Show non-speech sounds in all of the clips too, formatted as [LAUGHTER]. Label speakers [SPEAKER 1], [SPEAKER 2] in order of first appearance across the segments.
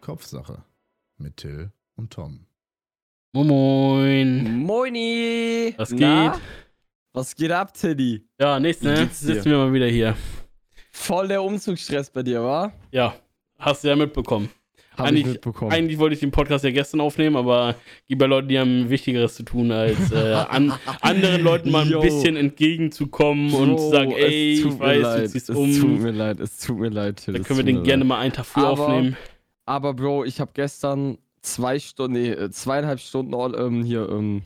[SPEAKER 1] Kopfsache mit Till und Tom.
[SPEAKER 2] Moin. Moin.
[SPEAKER 3] Moini!
[SPEAKER 2] Was
[SPEAKER 3] Na?
[SPEAKER 2] geht?
[SPEAKER 3] Was geht ab, Teddy?
[SPEAKER 2] Ja, nichts,
[SPEAKER 3] Wie
[SPEAKER 2] ne?
[SPEAKER 3] geht's dir?
[SPEAKER 2] Sitzen wir mal wieder hier.
[SPEAKER 3] Voll der Umzugsstress bei dir, wa?
[SPEAKER 2] Ja, hast du ja mitbekommen.
[SPEAKER 3] Hab
[SPEAKER 2] Eigentlich-
[SPEAKER 3] ich mitbekommen.
[SPEAKER 2] Eigentlich wollte ich den Podcast ja gestern aufnehmen, aber gibt bei Leuten, die haben Wichtigeres zu tun,
[SPEAKER 3] [LAUGHS]
[SPEAKER 2] als äh, an, anderen Leuten mal ein
[SPEAKER 3] Yo.
[SPEAKER 2] bisschen entgegenzukommen und zu
[SPEAKER 3] Bro,
[SPEAKER 2] sagen,
[SPEAKER 3] es
[SPEAKER 2] ey,
[SPEAKER 3] tut
[SPEAKER 2] ich
[SPEAKER 3] mir
[SPEAKER 2] weiß,
[SPEAKER 3] leid,
[SPEAKER 2] du ziehst
[SPEAKER 3] es tut
[SPEAKER 2] um.
[SPEAKER 3] mir leid, es tut mir leid, Till.
[SPEAKER 2] Dann
[SPEAKER 3] es
[SPEAKER 2] können wir
[SPEAKER 3] tut
[SPEAKER 2] den
[SPEAKER 3] mir
[SPEAKER 2] gerne
[SPEAKER 3] leid.
[SPEAKER 2] mal einen Tag früh
[SPEAKER 3] Aber-
[SPEAKER 2] aufnehmen.
[SPEAKER 3] Aber Bro, ich habe gestern zwei Stunden, nee, äh, zweieinhalb Stunden all, ähm, hier, ähm,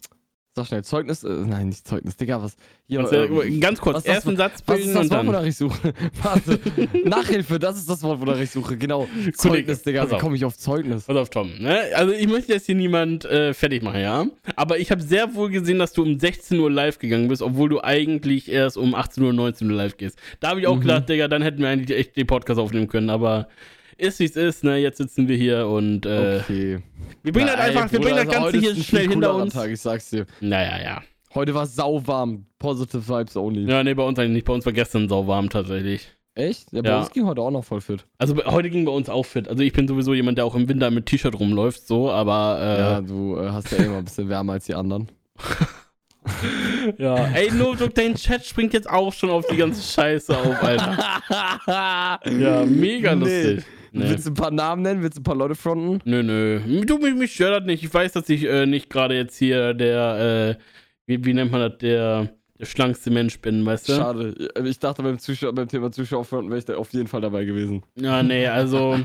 [SPEAKER 3] sag schnell, Zeugnis, äh, nein, nicht Zeugnis, Digga, was? Hier,
[SPEAKER 2] Kannst ja-
[SPEAKER 3] ähm,
[SPEAKER 2] Also, Ganz kurz,
[SPEAKER 3] was ist
[SPEAKER 2] erst einen Satz
[SPEAKER 3] was ist
[SPEAKER 2] bilden
[SPEAKER 3] das
[SPEAKER 2] und
[SPEAKER 3] Wort,
[SPEAKER 2] dann.
[SPEAKER 3] wonach ich suche? [LAUGHS] Warte,
[SPEAKER 2] [LAUGHS]
[SPEAKER 3] Nachhilfe, das ist das Wort, wonach ich suche, genau. Zeugnis, Digga,
[SPEAKER 2] pass
[SPEAKER 3] wie
[SPEAKER 2] auf.
[SPEAKER 3] komme ich auf Zeugnis?
[SPEAKER 2] Pass auf, Tom. Ne? Also ich möchte jetzt hier niemand äh, fertig machen, ja. Aber ich habe sehr wohl gesehen, dass du um 16 Uhr live gegangen bist, obwohl du eigentlich erst um 18 Uhr, 19 Uhr live gehst. Da habe ich auch
[SPEAKER 3] Mhm.
[SPEAKER 2] gedacht, Digga, dann hätten wir eigentlich echt den Podcast aufnehmen können, aber ist wie es ist, ne? Jetzt sitzen wir hier und äh,
[SPEAKER 3] Okay.
[SPEAKER 2] wir bringen halt
[SPEAKER 3] Na, ey,
[SPEAKER 2] einfach, wir
[SPEAKER 3] Bruder,
[SPEAKER 2] bringen das
[SPEAKER 3] also
[SPEAKER 2] Ganze
[SPEAKER 3] heute
[SPEAKER 2] hier
[SPEAKER 3] ist ein
[SPEAKER 2] schnell
[SPEAKER 3] viel
[SPEAKER 2] hinter
[SPEAKER 3] coolerer
[SPEAKER 2] uns.
[SPEAKER 3] Tag, ich sag's dir.
[SPEAKER 2] Naja, ja.
[SPEAKER 3] Heute war sauwarm. Positive Vibes only.
[SPEAKER 2] Ja, nee, bei uns eigentlich nicht. Bei uns war gestern sau warm tatsächlich.
[SPEAKER 3] Echt? Ja,
[SPEAKER 2] Ja.
[SPEAKER 3] bei uns ging heute auch noch voll fit.
[SPEAKER 2] Also bei- heute ging bei uns auch fit. Also ich bin sowieso jemand, der auch im Winter mit T-Shirt rumläuft, so,
[SPEAKER 3] Ja,
[SPEAKER 2] aber
[SPEAKER 3] du äh, hast ja immer ein bisschen wärmer als die anderen.
[SPEAKER 2] äh, [LAUGHS] ja. Ey, no joke, dein Chat springt jetzt auch schon auf die ganze Scheiße auf, Alter.
[SPEAKER 3] [LAUGHS]
[SPEAKER 2] Ja, mega
[SPEAKER 3] Nee.
[SPEAKER 2] lustig. Nee.
[SPEAKER 3] Willst du ein paar Namen nennen? Willst du ein paar Leute fronten?
[SPEAKER 2] Nö, nö. Du, mich, mich stört das nicht. Ich weiß, dass ich äh, nicht gerade jetzt hier der, äh, wie, wie nennt man das, der, der schlankste Mensch bin, weißt du?
[SPEAKER 3] Schade. Ich dachte, beim, Zuschauer, beim Thema Zuschauer fronten wäre ich da auf jeden Fall dabei gewesen.
[SPEAKER 2] Ja, nee, also.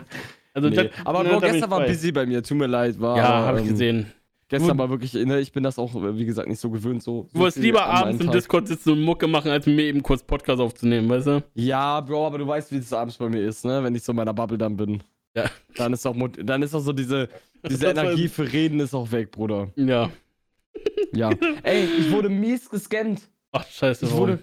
[SPEAKER 2] also
[SPEAKER 3] Nee.
[SPEAKER 2] das-
[SPEAKER 3] Aber
[SPEAKER 2] ne,
[SPEAKER 3] Bro,
[SPEAKER 2] da bin
[SPEAKER 3] gestern
[SPEAKER 2] ich
[SPEAKER 3] war
[SPEAKER 2] bei.
[SPEAKER 3] busy bei mir. Tut mir leid. War,
[SPEAKER 2] Ja, hab ich
[SPEAKER 3] ähm,
[SPEAKER 2] gesehen.
[SPEAKER 3] Gestern war wirklich, ne, ich bin das auch, äh, wie gesagt, nicht so gewöhnt. So,
[SPEAKER 2] Du
[SPEAKER 3] so
[SPEAKER 2] wolltest
[SPEAKER 3] viel
[SPEAKER 2] lieber
[SPEAKER 3] an
[SPEAKER 2] abends
[SPEAKER 3] einem
[SPEAKER 2] im
[SPEAKER 3] Tag.
[SPEAKER 2] Discord sitzen und Mucke machen, als mit mir eben kurz Podcast aufzunehmen, weißt du?
[SPEAKER 3] Ja, Bro, aber du weißt, wie es abends bei mir ist, ne? Wenn ich so in meiner Bubble dann bin.
[SPEAKER 2] Ja.
[SPEAKER 3] Dann ist auch, Mut- dann ist auch so diese, diese
[SPEAKER 2] [LAUGHS] Das war-
[SPEAKER 3] Energie für Reden ist auch weg, Bruder.
[SPEAKER 2] Ja.
[SPEAKER 3] Ja. Ey, ich wurde mies gescammt.
[SPEAKER 2] Ach, scheiße.
[SPEAKER 3] Ich
[SPEAKER 2] warum?
[SPEAKER 3] wurde,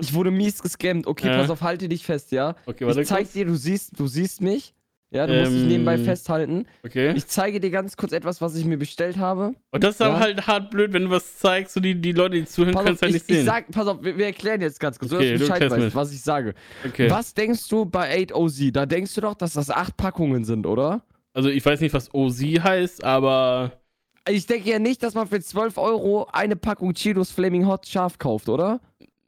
[SPEAKER 3] ich wurde mies gescammt. Okay,
[SPEAKER 2] Oh. Ja.
[SPEAKER 3] pass auf, halte dich fest, ja?
[SPEAKER 2] okay, warte
[SPEAKER 3] Ich zeig dir, du siehst, du siehst mich. Ja, du musst dich
[SPEAKER 2] Ähm.
[SPEAKER 3] nebenbei festhalten.
[SPEAKER 2] kurz. Okay.
[SPEAKER 3] Ich zeige dir ganz kurz etwas, was ich mir bestellt habe.
[SPEAKER 2] Und das ist aber
[SPEAKER 3] Ja.
[SPEAKER 2] halt hart blöd, wenn du was zeigst und die, die Leute, die zuhören,
[SPEAKER 3] Pass
[SPEAKER 2] können es
[SPEAKER 3] auf,
[SPEAKER 2] halt
[SPEAKER 3] ich,
[SPEAKER 2] nicht
[SPEAKER 3] ich
[SPEAKER 2] sehen.
[SPEAKER 3] sag, pass auf, wir, wir erklären jetzt ganz kurz,
[SPEAKER 2] Okay,
[SPEAKER 3] okay,
[SPEAKER 2] du
[SPEAKER 3] dass du Bescheid
[SPEAKER 2] erklärst
[SPEAKER 3] weißt,
[SPEAKER 2] mit.
[SPEAKER 3] was ich sage.
[SPEAKER 2] okay.
[SPEAKER 3] Was denkst du bei 8OZ? Da denkst du doch, dass das acht Packungen sind, oder?
[SPEAKER 2] Also ich weiß nicht, was OZ heißt, aber
[SPEAKER 3] Ich denke ja nicht, dass man für 12 Euro eine Packung Cheetos Flaming Hot scharf kauft, oder?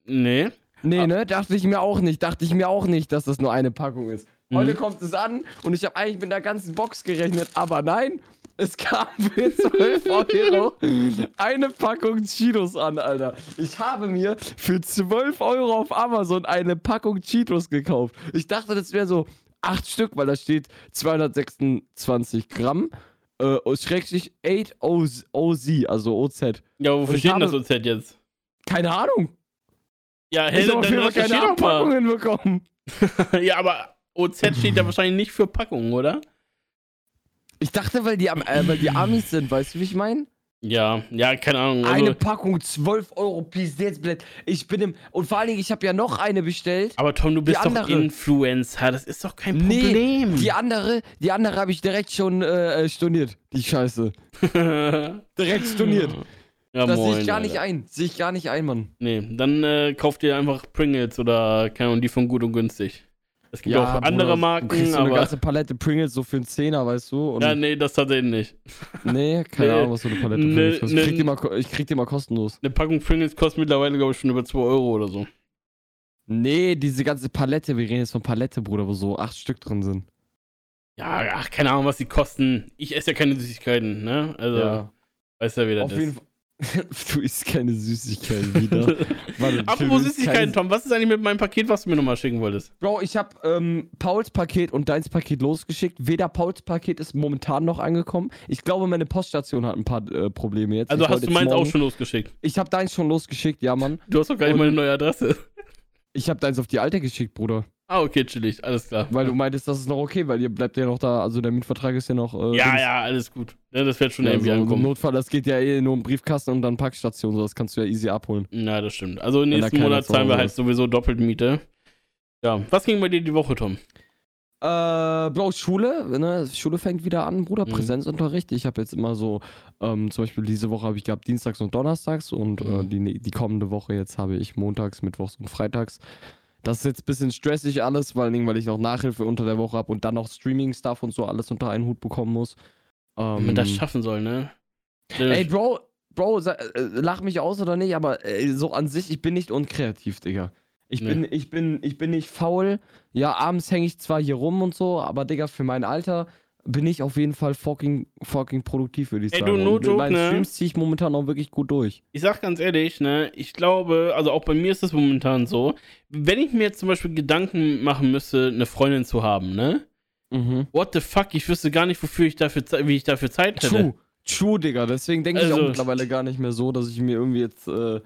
[SPEAKER 2] nee.
[SPEAKER 3] Nee,
[SPEAKER 2] Ah.
[SPEAKER 3] ne? Dachte ich mir auch nicht. Dachte ich mir auch nicht, dass das nur eine Packung ist. Heute
[SPEAKER 2] Mhm.
[SPEAKER 3] kommt es an und ich habe eigentlich mit einer ganzen Box gerechnet, aber nein, es kam [LAUGHS] für 12 Euro eine Packung Cheetos an, Alter. Ich habe mir für 12 Euro auf Amazon eine Packung Cheetos gekauft. Ich dachte, das wäre so 8 Stück, weil da steht 226 Gramm. Äh, schrägstrich 8 OZ, OZ, also OZ.
[SPEAKER 2] Ja, wofür
[SPEAKER 3] Und ich
[SPEAKER 2] steht denn das
[SPEAKER 3] habe-
[SPEAKER 2] OZ jetzt?
[SPEAKER 3] Keine Ahnung.
[SPEAKER 2] Ja,
[SPEAKER 3] Ich
[SPEAKER 2] hä,
[SPEAKER 3] habe auf jeden
[SPEAKER 2] dann
[SPEAKER 3] Fall
[SPEAKER 2] steht
[SPEAKER 3] keine
[SPEAKER 2] doch
[SPEAKER 3] acht
[SPEAKER 2] mal.
[SPEAKER 3] Packungen bekommen.
[SPEAKER 2] [LAUGHS] Ja, aber OZ steht da wahrscheinlich nicht für Packung, oder?
[SPEAKER 3] Ich dachte, weil die, am- äh, weil die Amis sind, weißt du, wie ich meine?
[SPEAKER 2] Ja, ja, keine Ahnung. Also,
[SPEAKER 3] Eine Packung 12 Euro Pisitzblatt. Ich bin im. Und vor allen Dingen, ich habe ja noch eine bestellt.
[SPEAKER 2] aber Tom, du bist doch
[SPEAKER 3] andere.
[SPEAKER 2] Influencer, das ist doch kein
[SPEAKER 3] Nee,
[SPEAKER 2] Problem. [LAUGHS]
[SPEAKER 3] Die andere, die andere habe ich direkt schon äh, äh, storniert. Die Scheiße. Direkt storniert.
[SPEAKER 2] ja,
[SPEAKER 3] das
[SPEAKER 2] moin,
[SPEAKER 3] sehe ich gar nicht
[SPEAKER 2] Alter.
[SPEAKER 3] ein. Sehe ich gar nicht ein, Mann.
[SPEAKER 2] Nee, dann äh, kauft ihr einfach Pringles oder, keine Ahnung, die von gut und günstig. Es gibt auch
[SPEAKER 3] Bruder,
[SPEAKER 2] andere
[SPEAKER 3] Du
[SPEAKER 2] Marken,
[SPEAKER 3] kriegst so eine
[SPEAKER 2] aber.
[SPEAKER 3] ganze Palette Pringles so für einen Zehner, weißt du? Und
[SPEAKER 2] Ja, nee, das tatsächlich nicht.
[SPEAKER 3] nee, keine
[SPEAKER 2] Nee. Ne-
[SPEAKER 3] Ahnung, was so eine Palette
[SPEAKER 2] Nee,
[SPEAKER 3] Pringles kostet. Ich
[SPEAKER 2] nee.
[SPEAKER 3] krieg, die mal, ko- ich krieg die mal kostenlos.
[SPEAKER 2] Eine Packung Pringles kostet mittlerweile, glaube ich, schon über 2 Euro oder so.
[SPEAKER 3] Nee, diese ganze Palette. Wir reden jetzt von Palette, Bruder, wo so acht Stück drin sind.
[SPEAKER 2] Ja, ach, keine Ahnung, was die kosten. Ich esse ja keine Süßigkeiten, ne? Also, weißt ja, wie das
[SPEAKER 3] Auf
[SPEAKER 2] ist. [LAUGHS]
[SPEAKER 3] jeden Fall. [LAUGHS] du isst keine Süßigkeiten wieder. [LAUGHS] Warte,
[SPEAKER 2] Apropos
[SPEAKER 3] du isst
[SPEAKER 2] Süßigkeiten,
[SPEAKER 3] keine-
[SPEAKER 2] Tom, was ist eigentlich mit meinem Paket, was du mir nochmal schicken wolltest?
[SPEAKER 3] Bro, ich habe ähm, Pauls Paket und deins Paket losgeschickt. Weder Pauls Paket ist momentan noch angekommen. Ich glaube, meine Poststation hat ein paar äh, Probleme jetzt.
[SPEAKER 2] Also
[SPEAKER 3] ich
[SPEAKER 2] hast
[SPEAKER 3] wollte
[SPEAKER 2] du
[SPEAKER 3] jetzt
[SPEAKER 2] meins auch
[SPEAKER 3] morgen-
[SPEAKER 2] schon losgeschickt.
[SPEAKER 3] Ich habe deins schon losgeschickt, ja, Mann.
[SPEAKER 2] Du hast doch gar nicht
[SPEAKER 3] Und-
[SPEAKER 2] meine neue Adresse. [LAUGHS]
[SPEAKER 3] Ich habe deins auf die alte geschickt, Bruder.
[SPEAKER 2] Ah, okay, chillig, alles klar.
[SPEAKER 3] Weil du meintest, das ist noch okay, weil ihr bleibt ja noch da. Also der Mietvertrag ist ja Also, noch. Äh,
[SPEAKER 2] ja,
[SPEAKER 3] Dings.
[SPEAKER 2] ja, alles gut. Ja, Ne, das wird schon
[SPEAKER 3] Ja,
[SPEAKER 2] irgendwie
[SPEAKER 3] so, Im
[SPEAKER 2] ankommen.
[SPEAKER 3] Notfall, das geht ja eh nur im Briefkasten und dann Packstation. So, das kannst du ja easy abholen.
[SPEAKER 2] Na, das stimmt. Also
[SPEAKER 3] da
[SPEAKER 2] nächsten
[SPEAKER 3] keiner
[SPEAKER 2] Monat
[SPEAKER 3] zu
[SPEAKER 2] zahlen wir
[SPEAKER 3] Hause
[SPEAKER 2] halt
[SPEAKER 3] ist.
[SPEAKER 2] sowieso doppelt Miete. Ja, was ging bei dir die Woche, Tom?
[SPEAKER 3] Äh, Bro, Schule, ne? Schule fängt wieder an, Bruder.
[SPEAKER 2] Mhm.
[SPEAKER 3] Präsenzunterricht. Ich habe jetzt immer so, ähm, zum Beispiel diese Woche habe ich gehabt dienstags und donnerstags und äh,
[SPEAKER 2] Mhm.
[SPEAKER 3] die, die kommende Woche jetzt habe ich montags, mittwochs und freitags. Das ist jetzt ein bisschen stressig alles, vor allen Dingen, weil ich noch Nachhilfe unter der Woche habe und dann noch Streaming-Stuff und so alles unter einen Hut bekommen muss.
[SPEAKER 2] Wenn man das
[SPEAKER 3] Ähm,
[SPEAKER 2] schaffen soll, ne?
[SPEAKER 3] Ey, Bro, Bro, sa- äh, lach mich aus oder nicht, aber äh, so an sich, ich bin nicht unkreativ, Digga. Ich
[SPEAKER 2] Nee.
[SPEAKER 3] bin, ich bin, ich bin nicht faul. Ja, abends hänge ich zwar hier rum und so, aber Digga, für mein Alter bin ich auf jeden Fall fucking, fucking produktiv, würde ich
[SPEAKER 2] Ey,
[SPEAKER 3] sagen.
[SPEAKER 2] du, no
[SPEAKER 3] und mit
[SPEAKER 2] joke,
[SPEAKER 3] meinen
[SPEAKER 2] ne?
[SPEAKER 3] Streams ziehe ich momentan auch wirklich gut durch.
[SPEAKER 2] ich sag ganz ehrlich, ne, ich glaube, also auch bei mir ist es momentan so, wenn ich mir jetzt zum Beispiel Gedanken machen müsste, eine Freundin zu haben, ne?
[SPEAKER 3] Mhm.
[SPEAKER 2] What the fuck, ich wüsste gar nicht, wofür ich dafür, Ze- wie ich dafür Zeit hätte. [LAUGHS]
[SPEAKER 3] True, true, Digga. Deswegen denke ich
[SPEAKER 2] Also-
[SPEAKER 3] auch mittlerweile gar nicht mehr so, dass ich mir irgendwie jetzt äh,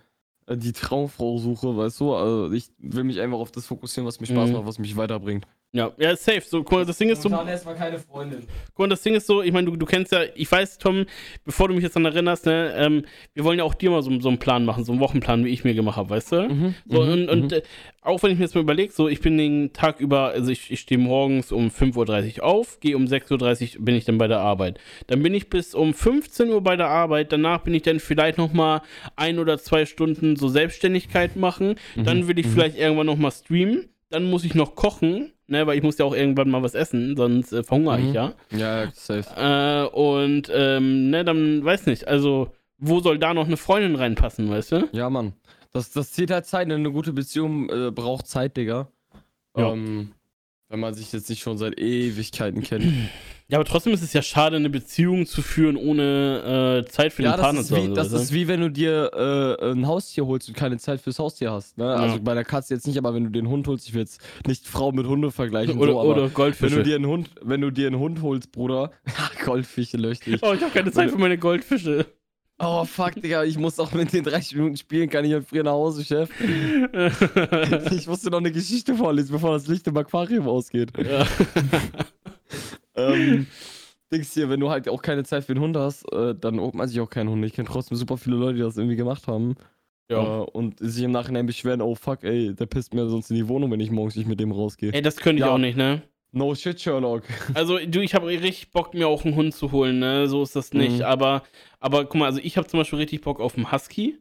[SPEAKER 3] die Traumfrau suche, weißt du? Also ich will mich einfach auf das fokussieren, was mir Spaß
[SPEAKER 2] Mhm.
[SPEAKER 3] macht, was mich weiterbringt.
[SPEAKER 2] Ja, ja, safe. So, guck mal, das Ding ist so, guck
[SPEAKER 3] erstmal keine Freundin.
[SPEAKER 2] mal, das Ding ist so, ich meine, du, du kennst ja, ich weiß, Tom, bevor du mich jetzt daran erinnerst, ne, ähm, wir wollen ja auch dir mal so, so einen Plan machen, so einen Wochenplan, wie ich mir gemacht habe, weißt du?
[SPEAKER 3] Mhm.
[SPEAKER 2] So,
[SPEAKER 3] mhm,
[SPEAKER 2] und und
[SPEAKER 3] mhm.
[SPEAKER 2] äh, auch wenn ich mir jetzt mal überlege, so ich bin den Tag über, also ich, ich stehe morgens um 5.30 Uhr auf, gehe um 6.30 Uhr bin ich dann bei der Arbeit. Dann bin ich bis um 15 Uhr bei der Arbeit, danach bin ich dann vielleicht nochmal ein oder zwei Stunden so Selbstständigkeit machen,
[SPEAKER 3] Mhm,
[SPEAKER 2] dann will ich vielleicht irgendwann nochmal streamen, dann muss ich noch kochen, ne, weil ich muss ja auch irgendwann mal was essen, sonst äh, verhungere
[SPEAKER 3] Mhm.
[SPEAKER 2] ich ja.
[SPEAKER 3] Ja, ja, safe.
[SPEAKER 2] Äh, und ähm, ne, dann weiß nicht, also wo soll da noch eine Freundin reinpassen, weißt du?
[SPEAKER 3] Ja, Mann. Das, das zieht halt Zeit. ne? Eine gute Beziehung äh, braucht Zeit, Digga.
[SPEAKER 2] Ja.
[SPEAKER 3] Ähm, wenn man sich jetzt nicht schon seit
[SPEAKER 2] [LAUGHS]
[SPEAKER 3] Ewigkeiten kennt.
[SPEAKER 2] Ja, aber trotzdem ist es ja schade, eine Beziehung zu führen, ohne äh, Zeit für
[SPEAKER 3] ja,
[SPEAKER 2] den
[SPEAKER 3] das
[SPEAKER 2] Partner
[SPEAKER 3] ist,
[SPEAKER 2] zu ne? haben.
[SPEAKER 3] wie, das
[SPEAKER 2] weißt du?
[SPEAKER 3] ist wie wenn du dir äh, ein Haustier holst und keine Zeit fürs Haustier hast. Ne? Also
[SPEAKER 2] Ja.
[SPEAKER 3] bei der Katze jetzt nicht, aber wenn du dir einen Hund holst, ich will jetzt nicht Frau mit Hunde vergleichen.
[SPEAKER 2] oder,
[SPEAKER 3] so, aber
[SPEAKER 2] oder
[SPEAKER 3] wenn
[SPEAKER 2] Goldfische.
[SPEAKER 3] du dir einen Hund, wenn du dir einen Hund holst, Bruder, [LAUGHS] Goldfische löcht
[SPEAKER 2] [LAUGHS]
[SPEAKER 3] dich.
[SPEAKER 2] oh, ich habe keine Zeit für meine Goldfische.
[SPEAKER 3] Oh fuck, Digga, ich muss auch mit den 30 Minuten spielen, kann ich halt früher nach Hause, [LAUGHS] Chef. Ich musste noch eine Geschichte vorlesen, bevor das Licht im Aquarium ausgeht.
[SPEAKER 2] Ja.
[SPEAKER 3] [LAUGHS] ähm, Dings hier, wenn du halt auch keine Zeit für einen Hund hast, äh, dann holt man sich auch keinen Hund. Ich kenne trotzdem super viele Leute, die das irgendwie gemacht haben.
[SPEAKER 2] ja.
[SPEAKER 3] Äh, und sich im Nachhinein beschweren, oh fuck, ey, der pisst mir sonst in die Wohnung, wenn ich morgens nicht mit dem rausgehe.
[SPEAKER 2] Ey, das könnte ich
[SPEAKER 3] Ja.
[SPEAKER 2] auch nicht, ne?
[SPEAKER 3] No shit, Sherlock.
[SPEAKER 2] Also, du, ich habe richtig Bock, mir auch einen Hund zu holen, ne? So ist das nicht.
[SPEAKER 3] Mhm.
[SPEAKER 2] Aber, aber guck mal, also ich habe zum Beispiel richtig Bock auf einen Husky.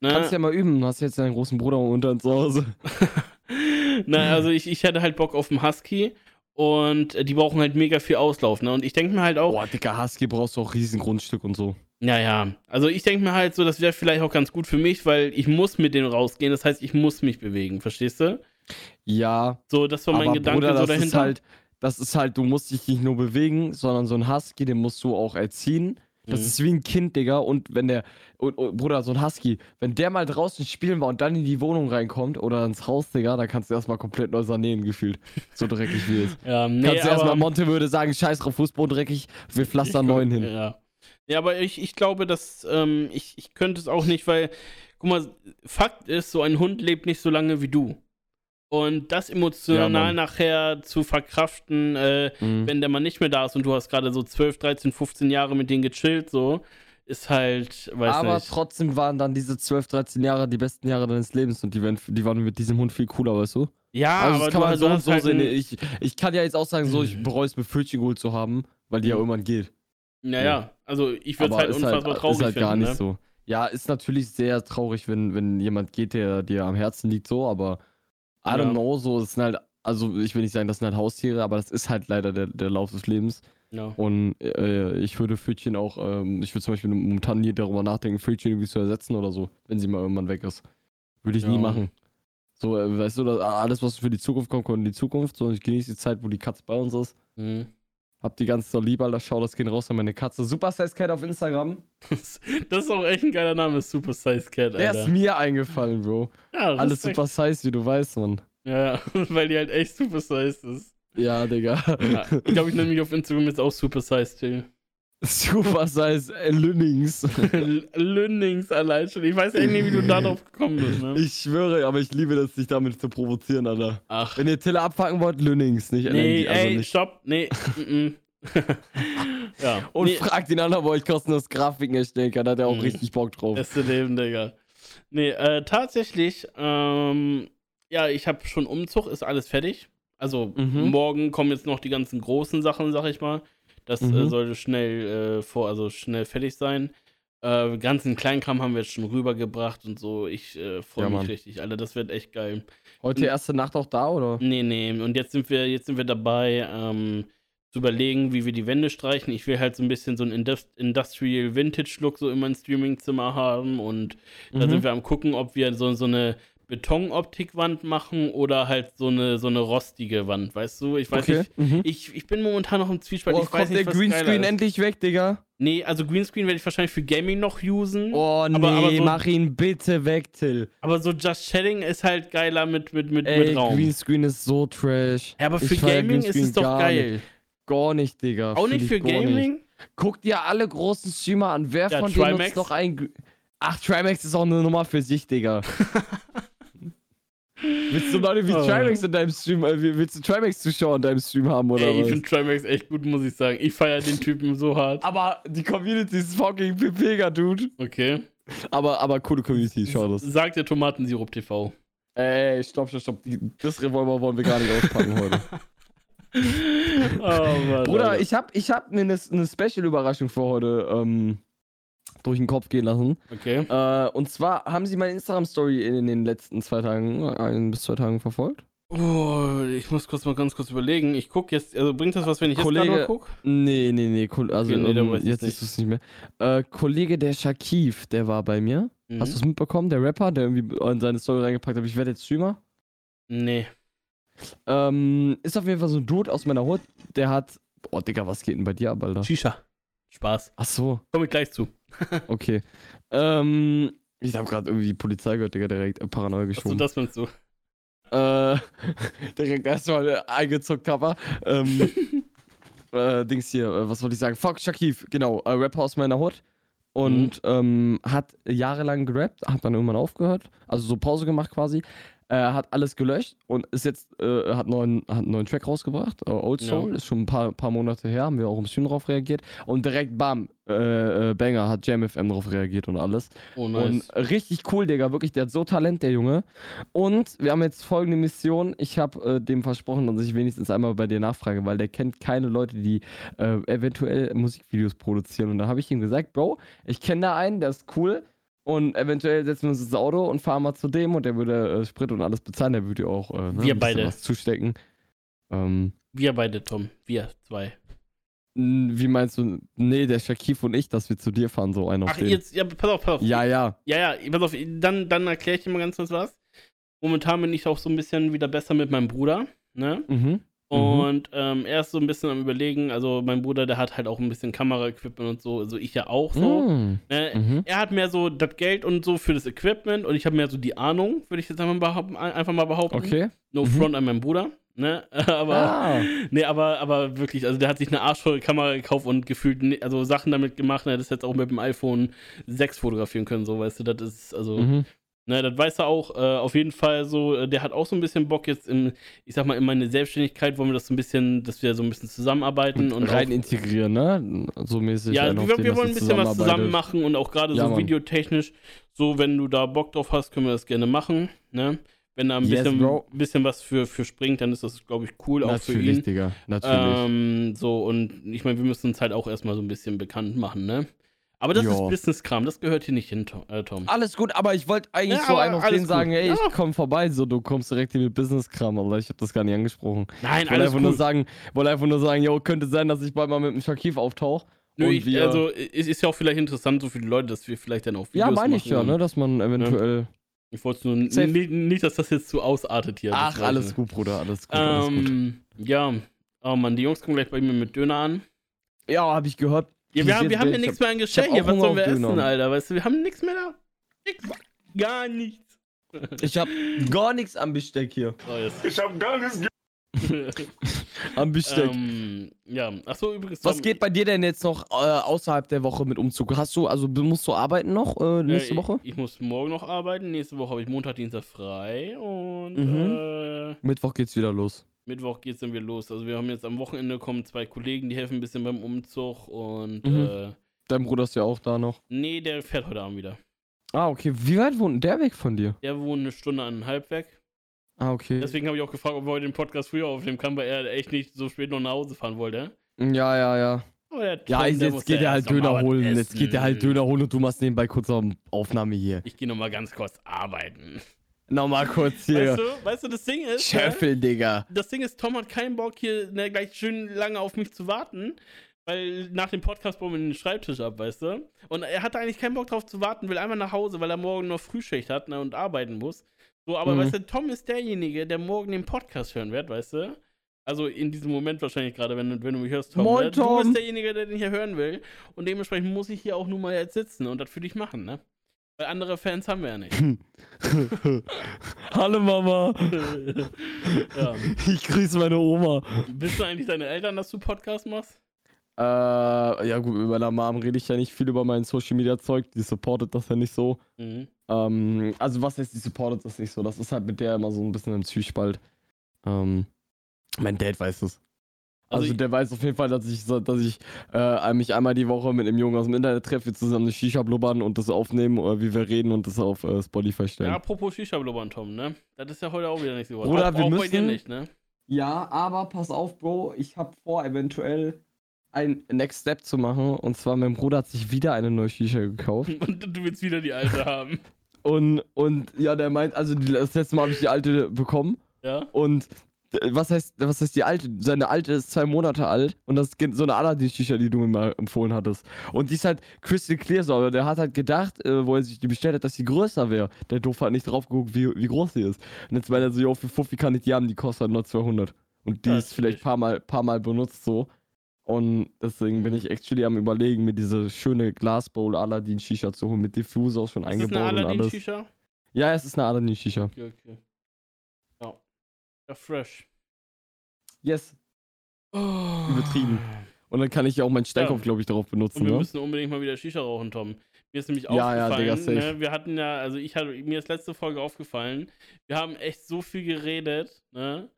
[SPEAKER 2] Ne?
[SPEAKER 3] Kannst ja mal üben, hast jetzt deinen großen Bruder unter zu Hause.
[SPEAKER 2] [LAUGHS] Na, also ich, ich hätte halt Bock auf einen Husky und äh, die brauchen halt mega viel Auslauf, ne? Und ich denke mir halt auch,
[SPEAKER 3] Boah, dicker Husky brauchst du auch riesen Grundstück und so.
[SPEAKER 2] Naja, also ich denke mir halt so, das wäre vielleicht auch ganz gut für mich, weil ich muss mit dem rausgehen, das heißt, ich muss mich bewegen, verstehst du?
[SPEAKER 3] Ja,
[SPEAKER 2] So, das war mein
[SPEAKER 3] Aber
[SPEAKER 2] Gedanke
[SPEAKER 3] Bruder,
[SPEAKER 2] so
[SPEAKER 3] das
[SPEAKER 2] dahinter.
[SPEAKER 3] Ist halt, das ist halt, du musst dich nicht nur bewegen, sondern so ein Husky, den musst du auch erziehen. Das
[SPEAKER 2] Mhm.
[SPEAKER 3] ist wie ein Kind, Digga. Und wenn der, und, und, Bruder, so ein Husky, wenn der mal draußen spielen war und dann in die Wohnung reinkommt oder ins Haus, Digga, dann kannst du erstmal komplett neu sanieren gefühlt. So dreckig wie es.
[SPEAKER 2] ja, [LAUGHS] nee,
[SPEAKER 3] kannst du erstmal,
[SPEAKER 2] aber-
[SPEAKER 3] Monte würde sagen, scheiß drauf, Fußboden dreckig, wir pflastern
[SPEAKER 2] Ich-
[SPEAKER 3] neuen hin.
[SPEAKER 2] Ja. ja, aber ich, ich glaube, dass ähm, ich, ich könnte es auch nicht, weil, guck mal, Fakt ist, so ein Hund lebt nicht so lange wie du. Und das emotional
[SPEAKER 3] Mann.
[SPEAKER 2] nachher zu verkraften, äh, [LAUGHS]
[SPEAKER 3] Mhm.
[SPEAKER 2] wenn der Mann nicht mehr da ist und du hast gerade so 12, 13, 15 Jahre mit denen gechillt, so, ist halt, weiß
[SPEAKER 3] Aber
[SPEAKER 2] nicht.
[SPEAKER 3] trotzdem waren dann diese 12, 13 Jahre die besten Jahre deines Lebens und die, werden, die waren mit diesem Hund viel cooler, weißt du?
[SPEAKER 2] Ja,
[SPEAKER 3] Also
[SPEAKER 2] Ah, aber
[SPEAKER 3] das
[SPEAKER 2] du
[SPEAKER 3] kann man
[SPEAKER 2] hast- du
[SPEAKER 3] so und
[SPEAKER 2] hast
[SPEAKER 3] so
[SPEAKER 2] halt
[SPEAKER 3] sehen.
[SPEAKER 2] ein-
[SPEAKER 3] Ich, ich kann ja jetzt auch sagen, so, ich bereue es mir Pfötchen geholt zu haben, weil die ja
[SPEAKER 2] Mhm.
[SPEAKER 3] irgendwann geht.
[SPEAKER 2] Naja,
[SPEAKER 3] Ja.
[SPEAKER 2] also ich würde
[SPEAKER 3] Aber
[SPEAKER 2] es halt
[SPEAKER 3] ist
[SPEAKER 2] unfassbar
[SPEAKER 3] halt,
[SPEAKER 2] traurig
[SPEAKER 3] ist halt
[SPEAKER 2] finden.
[SPEAKER 3] gar nicht
[SPEAKER 2] ne?
[SPEAKER 3] so. Ja, ist natürlich sehr traurig, wenn, wenn jemand geht, der dir am Herzen liegt, so, aber I
[SPEAKER 2] Ja.
[SPEAKER 3] don't know, so, es sind halt, also ich will nicht sagen, das sind halt Haustiere, aber das ist halt leider der, der Lauf des Lebens.
[SPEAKER 2] Ja.
[SPEAKER 3] Und äh, ich würde Pfötchen auch, ähm, ich würde zum Beispiel momentan nie darüber nachdenken, Pfötchen irgendwie zu ersetzen oder so, wenn sie mal irgendwann weg ist. Würde ich nie
[SPEAKER 2] Ja.
[SPEAKER 3] machen. So, äh, weißt du, das, alles, was für die Zukunft kommt, kommt in die Zukunft. So, ich genieße die Zeit, wo die Katze bei uns ist.
[SPEAKER 2] Mhm.
[SPEAKER 3] Hab die ganz doll lieb, Alter. Schau das Kind raus an meine Katze. Super Size Cat auf Instagram.
[SPEAKER 2] Das ist auch echt ein geiler Name, Super Size Cat,
[SPEAKER 3] Der ist
[SPEAKER 2] Alter.
[SPEAKER 3] mir eingefallen, [LAUGHS] Bro.
[SPEAKER 2] Ja,
[SPEAKER 3] Alles
[SPEAKER 2] Respekt.
[SPEAKER 3] super Size, wie du weißt, Mann.
[SPEAKER 2] Ja, [LAUGHS] ja, weil die halt echt Super Size ist.
[SPEAKER 3] Ja, Digga.
[SPEAKER 2] Ja, ich glaube, ich nenne mich auf Instagram jetzt auch Super Size [LAUGHS] Till.
[SPEAKER 3] [LAUGHS] super Size äh, Lünnings.
[SPEAKER 2] L- Lünnings allein schon. Ich weiß echt nicht, wie du darauf gekommen bist, ne?
[SPEAKER 3] Ich schwöre, aber ich liebe das, dich damit zu provozieren, Alter.
[SPEAKER 2] Ach,
[SPEAKER 3] Wenn ihr Tille abfacken wollt, Lünnings, nicht
[SPEAKER 2] nee,
[SPEAKER 3] LNG, also
[SPEAKER 2] ey,
[SPEAKER 3] nicht.
[SPEAKER 2] stopp, nee, mhm. [LAUGHS] Ja,
[SPEAKER 3] Und
[SPEAKER 2] nee,
[SPEAKER 3] fragt ihn an, ob er euch kostenlos Grafiken erstellen kann. Da hat er auch
[SPEAKER 2] Mhm.
[SPEAKER 3] richtig Bock drauf.
[SPEAKER 2] Beste Leben, Digga. Nee, äh, tatsächlich, ähm, ja, ich habe schon Umzug, ist alles fertig. Also
[SPEAKER 3] Mhm.
[SPEAKER 2] morgen kommen jetzt noch die ganzen großen Sachen, sag ich mal. Das äh,
[SPEAKER 3] Mhm.
[SPEAKER 2] sollte schnell äh, vor, also schnell fertig sein. Äh, ganzen Kleinkram haben wir jetzt schon rübergebracht und so. Ich äh, freue
[SPEAKER 3] Ja,
[SPEAKER 2] mich
[SPEAKER 3] Mann.
[SPEAKER 2] richtig, Alter. Das wird echt geil.
[SPEAKER 3] Heute erste Nacht auch da, oder?
[SPEAKER 2] Nee, nee. Und jetzt sind wir, jetzt sind wir dabei, ähm, zu überlegen, wie wir die Wände streichen. Ich will halt so ein bisschen so einen Indust Industrial Vintage-Look so in meinem Streaming-Zimmer haben. Und da
[SPEAKER 3] Mhm.
[SPEAKER 2] sind wir am gucken, ob wir so, so eine Betonoptikwand machen oder halt so eine, so eine rostige Wand, weißt du? Ich weiß
[SPEAKER 3] okay.
[SPEAKER 2] nicht.
[SPEAKER 3] Mhm.
[SPEAKER 2] Ich, ich bin momentan noch im Zwiespalt.
[SPEAKER 3] Oh,
[SPEAKER 2] ich weiß
[SPEAKER 3] kommt
[SPEAKER 2] nicht,
[SPEAKER 3] der
[SPEAKER 2] was
[SPEAKER 3] Greenscreen
[SPEAKER 2] geiler ist.
[SPEAKER 3] endlich weg, Digga.
[SPEAKER 2] Nee, also Greenscreen werde ich wahrscheinlich für Gaming noch usen.
[SPEAKER 3] Oh, nee,
[SPEAKER 2] Mhm. aber so-
[SPEAKER 3] mach ihn bitte weg, Till.
[SPEAKER 2] Aber so Just Shedding ist halt geiler mit, mit, mit,
[SPEAKER 3] Ey,
[SPEAKER 2] mit Raum.
[SPEAKER 3] Greenscreen ist so trash.
[SPEAKER 2] ja, aber für
[SPEAKER 3] Ich feier
[SPEAKER 2] Gaming ist
[SPEAKER 3] Greenscreen
[SPEAKER 2] es doch
[SPEAKER 3] gar
[SPEAKER 2] geil.
[SPEAKER 3] Gar nicht, Digga.
[SPEAKER 2] Auch
[SPEAKER 3] Fühl
[SPEAKER 2] nicht
[SPEAKER 3] ich
[SPEAKER 2] für
[SPEAKER 3] gar
[SPEAKER 2] Gaming?
[SPEAKER 3] Guck dir alle großen Streamer an. Wer
[SPEAKER 2] Ja,
[SPEAKER 3] von denen
[SPEAKER 2] Trimax.
[SPEAKER 3] nutzt noch ein... Gr- Ach, Trimax ist auch eine Nummer für sich, [LAUGHS] Digga. willst du Leute wie
[SPEAKER 2] Oh.
[SPEAKER 3] Trimax in deinem Stream... Äh, willst du Trimax-Zuschauer in deinem Stream haben, oder
[SPEAKER 2] Ey, ich
[SPEAKER 3] was?
[SPEAKER 2] finde Trimax echt gut, muss ich sagen. Ich feiere den Typen so hart.
[SPEAKER 3] Aber die Community ist fucking mega, dude.
[SPEAKER 2] Okay.
[SPEAKER 3] Aber, aber coole Community, schau das.
[SPEAKER 2] Sagt der Tomatensirup
[SPEAKER 3] [LAUGHS]
[SPEAKER 2] TV.
[SPEAKER 3] Ey, stopp, stopp, stopp. Die- Das Revolver wollen wir gar nicht auspacken heute.
[SPEAKER 2] Oh, Mann,
[SPEAKER 3] [LAUGHS] Bruder,
[SPEAKER 2] Alter.
[SPEAKER 3] ich hab, ich hab mir eine ne, Special-Überraschung für heute ähm, durch den Kopf gehen lassen.
[SPEAKER 2] Okay.
[SPEAKER 3] Äh, und zwar haben sie meine Instagram-Story in den letzten zwei Tagen, ein bis zwei Tagen verfolgt?
[SPEAKER 2] Oh, ich muss kurz mal ganz kurz überlegen. Ich guck jetzt, also bringt das was, wenn ich jetzt
[SPEAKER 3] Kollege-
[SPEAKER 2] gerade gucke?
[SPEAKER 3] Nee, nee, nee, cool. Also
[SPEAKER 2] Okay, nee, dann
[SPEAKER 3] ähm,
[SPEAKER 2] weiß ich's
[SPEAKER 3] jetzt
[SPEAKER 2] nicht.
[SPEAKER 3] siehst du es nicht mehr. Äh, Kollege der Shakif, der war bei mir. Hast du es mitbekommen? Der Rapper, der irgendwie in seine Story reingepackt hat, ich werde jetzt Streamer.
[SPEAKER 2] Nee.
[SPEAKER 3] Ähm, ist auf jeden Fall so ein Dude aus meiner Hut, der hat. Oh, Digga, was geht denn bei dir ab, Alter?
[SPEAKER 2] Shisha. Spaß.
[SPEAKER 3] Ach so,
[SPEAKER 2] Komme ich gleich zu.
[SPEAKER 3] okay. ähm, ich hab gerade irgendwie die Polizei gehört, Digga, direkt äh, Paranoia
[SPEAKER 2] Achso,
[SPEAKER 3] geschoben.
[SPEAKER 2] das meinst du.
[SPEAKER 3] Äh, [LAUGHS] direkt erstmal äh, eingezuckt, Kappa. Ähm, äh, Dings hier, äh, was wollte ich sagen? Fuck Shakif, genau, äh, Rapper aus meiner Hut. Und ähm, hat jahrelang gerappt, hat dann irgendwann aufgehört, also so Pause gemacht quasi. Äh, hat alles gelöscht und ist jetzt, äh, hat, neuen, hat einen neuen Track rausgebracht. Äh, Old
[SPEAKER 2] Ja.
[SPEAKER 3] Soul, ist schon ein paar, paar Monate her, haben wir auch im Stream drauf reagiert. Und direkt bam, äh, äh, Banger hat JamFM drauf reagiert und alles.
[SPEAKER 2] Oh, nice.
[SPEAKER 3] Und richtig cool, Digga. Wirklich, der hat so Talent, der Junge. Und wir haben jetzt folgende Mission. Ich habe äh, dem versprochen, dass ich wenigstens einmal bei dir nachfrage, weil der kennt keine Leute, die äh, eventuell Musikvideos produzieren. Und da habe ich ihm gesagt, Bro, ich kenne da einen, der ist cool. Und eventuell setzen wir uns ins Auto und fahren mal zu dem und der würde äh, Sprit und alles bezahlen. Der würde dir auch äh, ne, ein bisschen
[SPEAKER 2] beide.
[SPEAKER 3] was zustecken. Ähm,
[SPEAKER 2] wir beide, Tom. Wir zwei.
[SPEAKER 3] n- wie meinst du? Nee, der Shakif und ich, dass wir zu dir fahren, so einer auf
[SPEAKER 2] Ach,
[SPEAKER 3] den.
[SPEAKER 2] jetzt, ja, pass auf, pass auf.
[SPEAKER 3] Ja, ja.
[SPEAKER 2] Ja, ja, pass auf, dann, dann erkläre ich dir mal ganz kurz was. Momentan bin ich auch so ein bisschen wieder besser mit meinem Bruder, ne?
[SPEAKER 3] Mhm.
[SPEAKER 2] Und ähm, er ist so ein bisschen am überlegen, also mein Bruder, der hat halt auch ein bisschen Kameraequipment und so, also ich ja auch so.
[SPEAKER 3] Mhm.
[SPEAKER 2] Ne?
[SPEAKER 3] Mhm.
[SPEAKER 2] Er hat mehr so das Geld und so für das Equipment und ich habe mehr so die Ahnung, würde ich jetzt einfach mal behaupten. Einfach mal behaupten.
[SPEAKER 3] Okay.
[SPEAKER 2] No
[SPEAKER 3] Mhm.
[SPEAKER 2] front an meinen Bruder, ne? [LAUGHS] Aber
[SPEAKER 3] Ah.
[SPEAKER 2] Nee, aber, aber wirklich, also der hat sich eine arschvolle Kamera gekauft und gefühlt, ne- also Sachen damit gemacht, er hätte es jetzt auch mit dem iPhone 6 fotografieren können, so, weißt du, das ist, also,
[SPEAKER 3] Mhm.
[SPEAKER 2] ne, das weiß er auch, äh, auf jeden Fall so, äh, der hat auch so ein bisschen Bock jetzt in, ich sag mal, in meine Selbstständigkeit, wollen wir das so ein bisschen, dass wir so ein bisschen zusammenarbeiten und,
[SPEAKER 3] Mhm. rein
[SPEAKER 2] auch,
[SPEAKER 3] integrieren, ne? So mäßig.
[SPEAKER 2] ja,
[SPEAKER 3] einen auf
[SPEAKER 2] wir,
[SPEAKER 3] den,
[SPEAKER 2] wir
[SPEAKER 3] dass
[SPEAKER 2] wollen ein
[SPEAKER 3] ihr
[SPEAKER 2] bisschen was zusammen
[SPEAKER 3] zusammenarbeitet.
[SPEAKER 2] machen und auch gerade
[SPEAKER 3] Ja,
[SPEAKER 2] so
[SPEAKER 3] Mann.
[SPEAKER 2] videotechnisch, so, wenn du da Bock drauf hast, können wir das gerne machen, ne, wenn da ein
[SPEAKER 3] Yes,
[SPEAKER 2] bisschen,
[SPEAKER 3] bro.
[SPEAKER 2] bisschen was für, für springt, dann ist das, glaube ich, cool, auch für ihn.
[SPEAKER 3] Natürlich, Digga. Natürlich.
[SPEAKER 2] Ähm, so, und ich meine, wir müssen uns halt auch erstmal so ein bisschen bekannt machen, ne? Aber das
[SPEAKER 3] Ja.
[SPEAKER 2] ist Business-Kram, das gehört hier nicht hin, Tom. Äh, Tom.
[SPEAKER 3] alles gut, aber ich wollte eigentlich
[SPEAKER 2] Ja,
[SPEAKER 3] so
[SPEAKER 2] aber
[SPEAKER 3] einen auf
[SPEAKER 2] alles
[SPEAKER 3] den
[SPEAKER 2] gut.
[SPEAKER 3] sagen, ey,
[SPEAKER 2] Ja.
[SPEAKER 3] ich komm vorbei, so du kommst direkt hier mit Business-Kram, aber ich hab das gar nicht angesprochen.
[SPEAKER 2] Nein,
[SPEAKER 3] Ich wollte
[SPEAKER 2] alles
[SPEAKER 3] einfach, nur
[SPEAKER 2] cool.
[SPEAKER 3] sagen, wollte einfach nur sagen, yo, könnte sein, dass ich bald mal mit dem Shakif auftauche.
[SPEAKER 2] Nö,
[SPEAKER 3] und
[SPEAKER 2] ich,
[SPEAKER 3] wir-
[SPEAKER 2] also, es ist ja auch vielleicht interessant so für die Leute, dass wir vielleicht dann auch Videos
[SPEAKER 3] Ja, meine ich
[SPEAKER 2] machen
[SPEAKER 3] ja,
[SPEAKER 2] und-
[SPEAKER 3] ne? Dass man eventuell.
[SPEAKER 2] Ich wollte nur
[SPEAKER 3] Safe.
[SPEAKER 2] n- nicht, nicht, dass das jetzt zu ausartet hier. also
[SPEAKER 3] Ach,
[SPEAKER 2] das
[SPEAKER 3] alles
[SPEAKER 2] Ganze.
[SPEAKER 3] gut, Bruder, alles gut, alles gut.
[SPEAKER 2] Ähm, ja. Oh Mann, die Jungs kommen gleich bei mir mit Döner an.
[SPEAKER 3] Ja, hab ich gehört.
[SPEAKER 2] Ja,
[SPEAKER 3] Die
[SPEAKER 2] wir, haben-
[SPEAKER 3] sind
[SPEAKER 2] wir haben ja
[SPEAKER 3] wild.
[SPEAKER 2] nichts mehr an
[SPEAKER 3] hab
[SPEAKER 2] Geschenk
[SPEAKER 3] auch
[SPEAKER 2] hier. Was
[SPEAKER 3] Hunger
[SPEAKER 2] sollen wir
[SPEAKER 3] auf
[SPEAKER 2] essen,
[SPEAKER 3] Döner.
[SPEAKER 2] Alter? Weißt du, wir haben nichts mehr da. Nix. Gar nichts. Oh,
[SPEAKER 3] Ich hab gar nichts am Besteck hier.
[SPEAKER 2] Ich hab gar nichts. [LAUGHS]
[SPEAKER 3] Am Besteck.
[SPEAKER 2] Ähm, ja, achso, übrigens.
[SPEAKER 3] Was
[SPEAKER 2] Tom,
[SPEAKER 3] geht bei dir denn jetzt noch äh, außerhalb der Woche mit Umzug? Hast du, also b- musst du arbeiten noch äh, nächste
[SPEAKER 2] äh,
[SPEAKER 3] Woche?
[SPEAKER 2] Ich, ich muss morgen noch arbeiten. Nächste Woche habe ich Montag, Dienstag frei. Und
[SPEAKER 3] Mhm.
[SPEAKER 2] äh,
[SPEAKER 3] Mittwoch geht's wieder los.
[SPEAKER 2] Mittwoch geht's dann wieder los. Also, wir haben jetzt am Wochenende kommen zwei Kollegen, die helfen ein bisschen beim Umzug. Und
[SPEAKER 3] Mhm.
[SPEAKER 2] äh,
[SPEAKER 3] Dein Bruder ist ja auch da noch.
[SPEAKER 2] nee, der fährt heute Abend wieder.
[SPEAKER 3] Ah, okay. Wie weit wohnt denn der weg von dir?
[SPEAKER 2] Der wohnt eine Stunde an halb weg.
[SPEAKER 3] Ah, okay.
[SPEAKER 2] Deswegen habe ich auch gefragt, ob wir heute den Podcast früher aufnehmen kann, weil er echt nicht so spät noch nach Hause fahren wollte.
[SPEAKER 3] Ja, ja, ja.
[SPEAKER 2] Aber der
[SPEAKER 3] Ja,
[SPEAKER 2] Tom,
[SPEAKER 3] jetzt,
[SPEAKER 2] der muss
[SPEAKER 3] geht
[SPEAKER 2] ja
[SPEAKER 3] er
[SPEAKER 2] erst noch
[SPEAKER 3] halt
[SPEAKER 2] mal
[SPEAKER 3] Döner
[SPEAKER 2] was
[SPEAKER 3] holen. Jetzt geht er halt
[SPEAKER 2] essen.
[SPEAKER 3] Döner holen und du machst nebenbei kurz auf Aufnahme hier.
[SPEAKER 2] Ich gehe nochmal ganz kurz arbeiten.
[SPEAKER 3] Nochmal kurz hier.
[SPEAKER 2] Weißt, du, weißt du, das Ding ist. ne? [LAUGHS]
[SPEAKER 3] Scheffel, Digga.
[SPEAKER 2] Das Ding ist, Tom hat keinen Bock, hier ne, gleich schön lange auf mich zu warten. Weil nach dem Podcast bauen wir den Schreibtisch ab, weißt du? Und er hatte eigentlich keinen Bock drauf zu warten, will einmal nach Hause, weil er morgen noch Frühschicht hat ne, und arbeiten muss. So, aber
[SPEAKER 3] Mhm.
[SPEAKER 2] weißt du, Tom ist derjenige, der morgen den Podcast hören wird, weißt du? Also in diesem Moment wahrscheinlich gerade, wenn, du- wenn du mich hörst, Tom.
[SPEAKER 3] Moin,
[SPEAKER 2] ne?
[SPEAKER 3] Tom.
[SPEAKER 2] Du bist derjenige, der den hier hören will. Und dementsprechend muss ich hier auch nun mal jetzt sitzen und das für dich machen, ne? Weil andere Fans haben wir ja nicht.
[SPEAKER 3] [LAUGHS]
[SPEAKER 2] [LAUGHS]
[SPEAKER 3] Hallo Mama.
[SPEAKER 2] ja.
[SPEAKER 3] Ich grüße meine Oma.
[SPEAKER 2] Bist du eigentlich deine Eltern, dass du Podcast machst?
[SPEAKER 3] Äh, ja gut, über meiner Mom rede ich ja nicht viel über mein Social Media Zeug. Die supportet das ja nicht so.
[SPEAKER 2] Mhm.
[SPEAKER 3] Ähm, also was heißt, die supportet das nicht so? Das ist halt mit der immer so ein bisschen im Zwiespalt. Ähm, mein Dad weiß es. Also,
[SPEAKER 2] Also ich-
[SPEAKER 3] der weiß auf jeden Fall, dass ich, so- dass ich äh, mich einmal die Woche mit einem Jungen aus dem Internet treffe, wir zusammen eine Shisha blubbern und das aufnehmen, oder wie wir reden und das auf äh, Spotify
[SPEAKER 2] Ja,
[SPEAKER 3] stellen.
[SPEAKER 2] apropos Shisha-Blubbern, Tom, ne? Das ist ja heute auch wieder nicht geworden.
[SPEAKER 3] Bruder,
[SPEAKER 2] auch,
[SPEAKER 3] wir
[SPEAKER 2] auch bei
[SPEAKER 3] müssen-
[SPEAKER 2] dir nicht, ne? [LAUGHS]
[SPEAKER 3] Ja, aber pass auf, Bro, ich habe vor, eventuell ein Next Step zu machen. Und zwar, mein Bruder hat sich wieder eine neue Shisha gekauft.
[SPEAKER 2] Und du willst wieder die alte haben.
[SPEAKER 3] [LAUGHS] Und, und ja, der meint, also die- das letzte Mal habe ich die alte bekommen.
[SPEAKER 2] Ja?
[SPEAKER 3] Und äh, was heißt, was heißt die alte? Seine alte ist zwei Monate alt und das ist gen- so eine Aladdin-Shisha, die du mir mal empfohlen hattest. Und die ist halt crystal clear, so, aber der hat halt gedacht, äh, wo er sich die bestellt hat, dass die größer wäre. Der doof hat nicht drauf geguckt, wie, wie groß sie ist. Und jetzt meint er so, jo, für Fuffi kann ich die haben, die kostet halt nur 200. Und die
[SPEAKER 2] Ja,
[SPEAKER 3] ist
[SPEAKER 2] natürlich.
[SPEAKER 3] vielleicht paar mal, paar mal benutzt so. Und deswegen bin ich actually am überlegen, mir diese schöne Glasbowl Aladdin-Shisha zu holen, mit Diffuser schon
[SPEAKER 2] Ist das eine
[SPEAKER 3] eingebaut und alles.
[SPEAKER 2] Aladdin-Shisha?
[SPEAKER 3] Ja, es ist eine Aladdin-Shisha.
[SPEAKER 2] Okay, okay. Ja. Ja, fresh.
[SPEAKER 3] Yes. Oh. Übertrieben. Und dann kann ich ja auch meinen Steinkopf, glaube ich, darauf benutzen.
[SPEAKER 2] Und wir
[SPEAKER 3] ne?
[SPEAKER 2] müssen unbedingt mal wieder Shisha rauchen, Tom. Mir ist nämlich
[SPEAKER 3] Ja, ja,
[SPEAKER 2] aufgefallen,
[SPEAKER 3] Digga, safe.
[SPEAKER 2] ne, wir hatten ja, also ich hatte, mir ist letzte Folge aufgefallen, wir haben echt so viel geredet, ne?